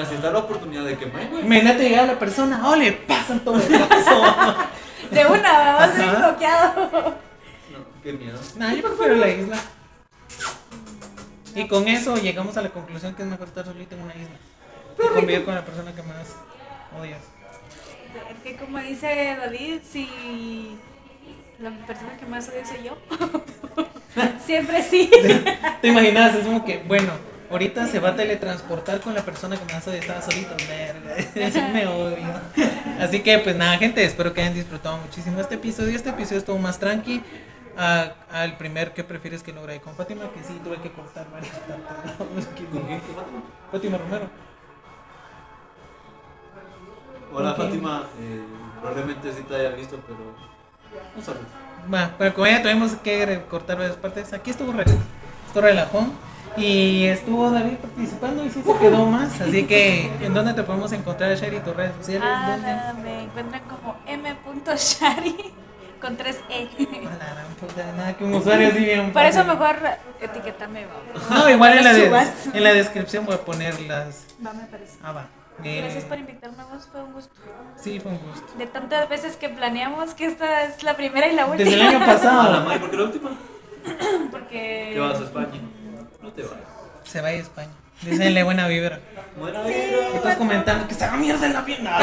Speaker 6: Así está la oportunidad de que me
Speaker 4: Imagínate llegar a la persona, ¡oh, le pasan todo el caso!
Speaker 5: De una, vamos a ir
Speaker 4: Ajá.
Speaker 5: bloqueado.
Speaker 6: No, qué miedo.
Speaker 4: nah, yo prefiero la isla. Y con eso llegamos a la conclusión que es mejor estar solito en una isla. Y convivir con la persona que más odias.
Speaker 5: Que como dice David, si la persona que más odio soy yo. Siempre sí.
Speaker 4: ¿Te imaginas? Es como que, bueno, ahorita se va a teletransportar con la persona que me hace estaba solito. Verga, me odio. Así que, pues nada, gente, espero que hayan disfrutado muchísimo este episodio. Este episodio estuvo más tranqui. a- al primer que prefieres que logré con Fátima, que sí tuve que cortar varias partes. ¿no? Porque-
Speaker 6: ¿Con quién? ¿Con Fátima?
Speaker 4: Fátima Romero.
Speaker 6: Hola
Speaker 4: Ok.
Speaker 6: Fátima, eh, probablemente sí te haya visto, pero un saludo.
Speaker 4: Va, pero como ya tuvimos que re- cortar varias partes, aquí estuvo re, estuvo relajón y estuvo David participando y sí se quedó más. Así que, ¿en dónde te podemos encontrar, Sherry, tus redes sociales?
Speaker 5: Ah,
Speaker 4: ¿Dónde?
Speaker 5: nada, me encuentran como m.shari con 3 e.
Speaker 4: A Ah, la gran puta, nada, que un usuario así bien.
Speaker 5: Por eso
Speaker 4: fácil.
Speaker 5: mejor etiquetame, va.
Speaker 4: No, igual en la, de-
Speaker 5: Subas.
Speaker 4: en la descripción voy a poner las.
Speaker 5: Va, me parece.
Speaker 4: Ah, va. Eh,
Speaker 5: Gracias por invitarme a vos, fue un gusto.
Speaker 4: Sí, fue un gusto.
Speaker 5: De tantas veces que planeamos que esta es la primera y la última.
Speaker 4: Desde el año
Speaker 6: Ah, la
Speaker 4: pasado
Speaker 6: madre, ¿por qué la última?
Speaker 4: eh.
Speaker 5: Porque...
Speaker 6: Te vas a España. No te vas.
Speaker 4: se va a España. Dicenle buena vibra.
Speaker 6: Buena vida.
Speaker 4: Y Estás comentando que se haga mierda en la pierna.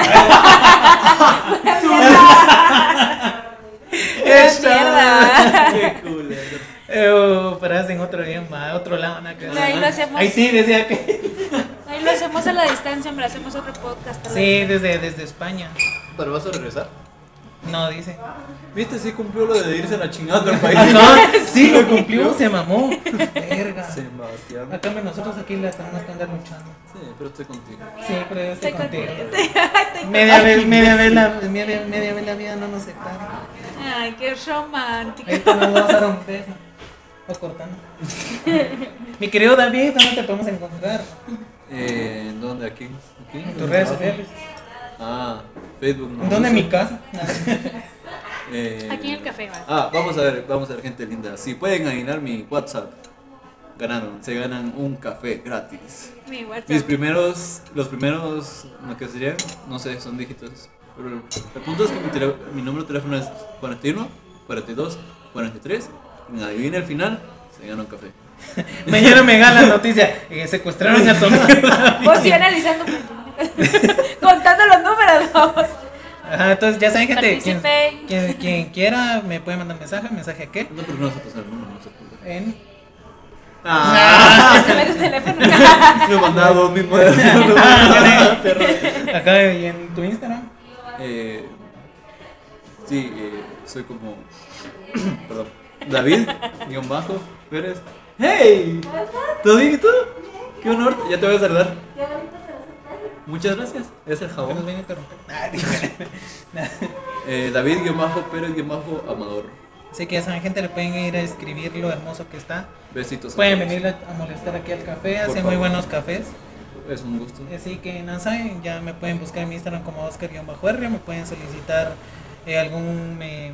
Speaker 5: mierda!
Speaker 6: Qué culero.
Speaker 4: Eh, pero hacen otro idioma, otro lado, nada que ver.
Speaker 5: Ahí lo hacemos.
Speaker 4: Ahí sí, decía que.
Speaker 5: Ahí lo hacemos a la distancia, hombre, hacemos otro podcast. tal vez.
Speaker 4: Sí, desde, desde España.
Speaker 6: ¿Pero vas a regresar?
Speaker 4: No, dice.
Speaker 6: Viste, sí cumplió lo de irse a la chingada del país.
Speaker 4: Ajá, sí, lo cumplió, se mamó. Verga.
Speaker 6: Sebastián.
Speaker 4: Acá nosotros aquí la tenemos que andar luchando.
Speaker 6: Sí, pero estoy contigo.
Speaker 4: Sí, pero yo estoy
Speaker 5: Estoy
Speaker 4: contigo.
Speaker 5: Ay,
Speaker 4: Media vez, media vez la, media, media vez la vida no nos separa.
Speaker 5: Ay, qué romántico.
Speaker 4: Ahí te nos vamos a dar un beso. O cortando. Mi querido David, ¿dónde te podemos encontrar?
Speaker 6: Eh, ¿en ¿Dónde? ¿Aquí? ¿Aquí?
Speaker 4: En tus redes sociales.
Speaker 6: Ah, Facebook. no
Speaker 4: ¿Dónde
Speaker 6: uso.
Speaker 4: mi casa?
Speaker 6: Eh,
Speaker 5: Aquí en el café, va.
Speaker 6: Ah, vamos a ver, vamos a ver, gente linda. Si pueden adivinar mi WhatsApp, ganaron. Se ganan un café gratis.
Speaker 5: Mi
Speaker 6: Mis
Speaker 5: WhatsApp.
Speaker 6: primeros, los primeros, ¿no que serían? No sé, son dígitos. Pero el punto es que mi, tele- mi número de teléfono es 41, 42, 43. Y adivina el final, se gana un café.
Speaker 4: Mañana me gana la noticia. eh, secuestraron a Tomás.
Speaker 5: Vos y analizando contando los números, vamos.
Speaker 4: Ajá, entonces ya saben, gente. Quien,
Speaker 5: Participen.
Speaker 4: quien, quien quiera me puede mandar mensaje. ¿Mensaje a qué?
Speaker 6: No, pero no vas a pasar el número, no se puede.
Speaker 4: En. Ah.
Speaker 5: Ah. Se Este me el teléfono.
Speaker 6: Lo mandaba vos mismo. Ah,
Speaker 4: Acá y en tu Instagram.
Speaker 6: Eh, sí, eh, soy como. perdón. David, guión bajo, Pérez. ¡Hey! ¿Todo bien y tú? ¡Qué honor! Ya te voy a saludar. Muchas gracias. Es el
Speaker 4: Que nos
Speaker 6: jabón.
Speaker 4: viene a interrumpir.
Speaker 6: Eh, David, guión bajo, Pérez, guión bajo, Amador.
Speaker 4: Así que ya saben, gente, le pueden ir a escribir lo hermoso que está.
Speaker 6: Besitos. a
Speaker 4: Pueden
Speaker 6: todos.
Speaker 4: venir a a molestar aquí al café,
Speaker 6: Por
Speaker 4: hacen muy
Speaker 6: favor.
Speaker 4: buenos cafés.
Speaker 6: Es un gusto.
Speaker 4: Así que nada, saben, ya me pueden buscar en mi Instagram como Oscar-R, me pueden solicitar eh, algún eh,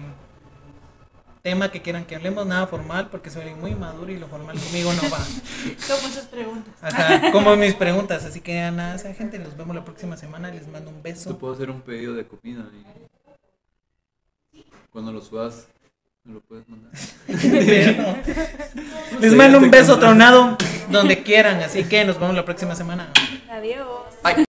Speaker 4: tema que quieran que hablemos, nada formal, porque soy muy maduro y lo formal conmigo no va.
Speaker 5: Como sus preguntas.
Speaker 4: Ajá, como mis preguntas, así que ya nada, saben, gente, los vemos la próxima semana, les mando un
Speaker 6: Te
Speaker 4: beso.
Speaker 6: puedo hacer un pedido de comida. Y... Cuando lo subas, me lo puedes mandar.
Speaker 4: Les mando un beso tronado donde quieran, así que nos vemos la próxima semana.
Speaker 5: Adiós.
Speaker 6: Ay.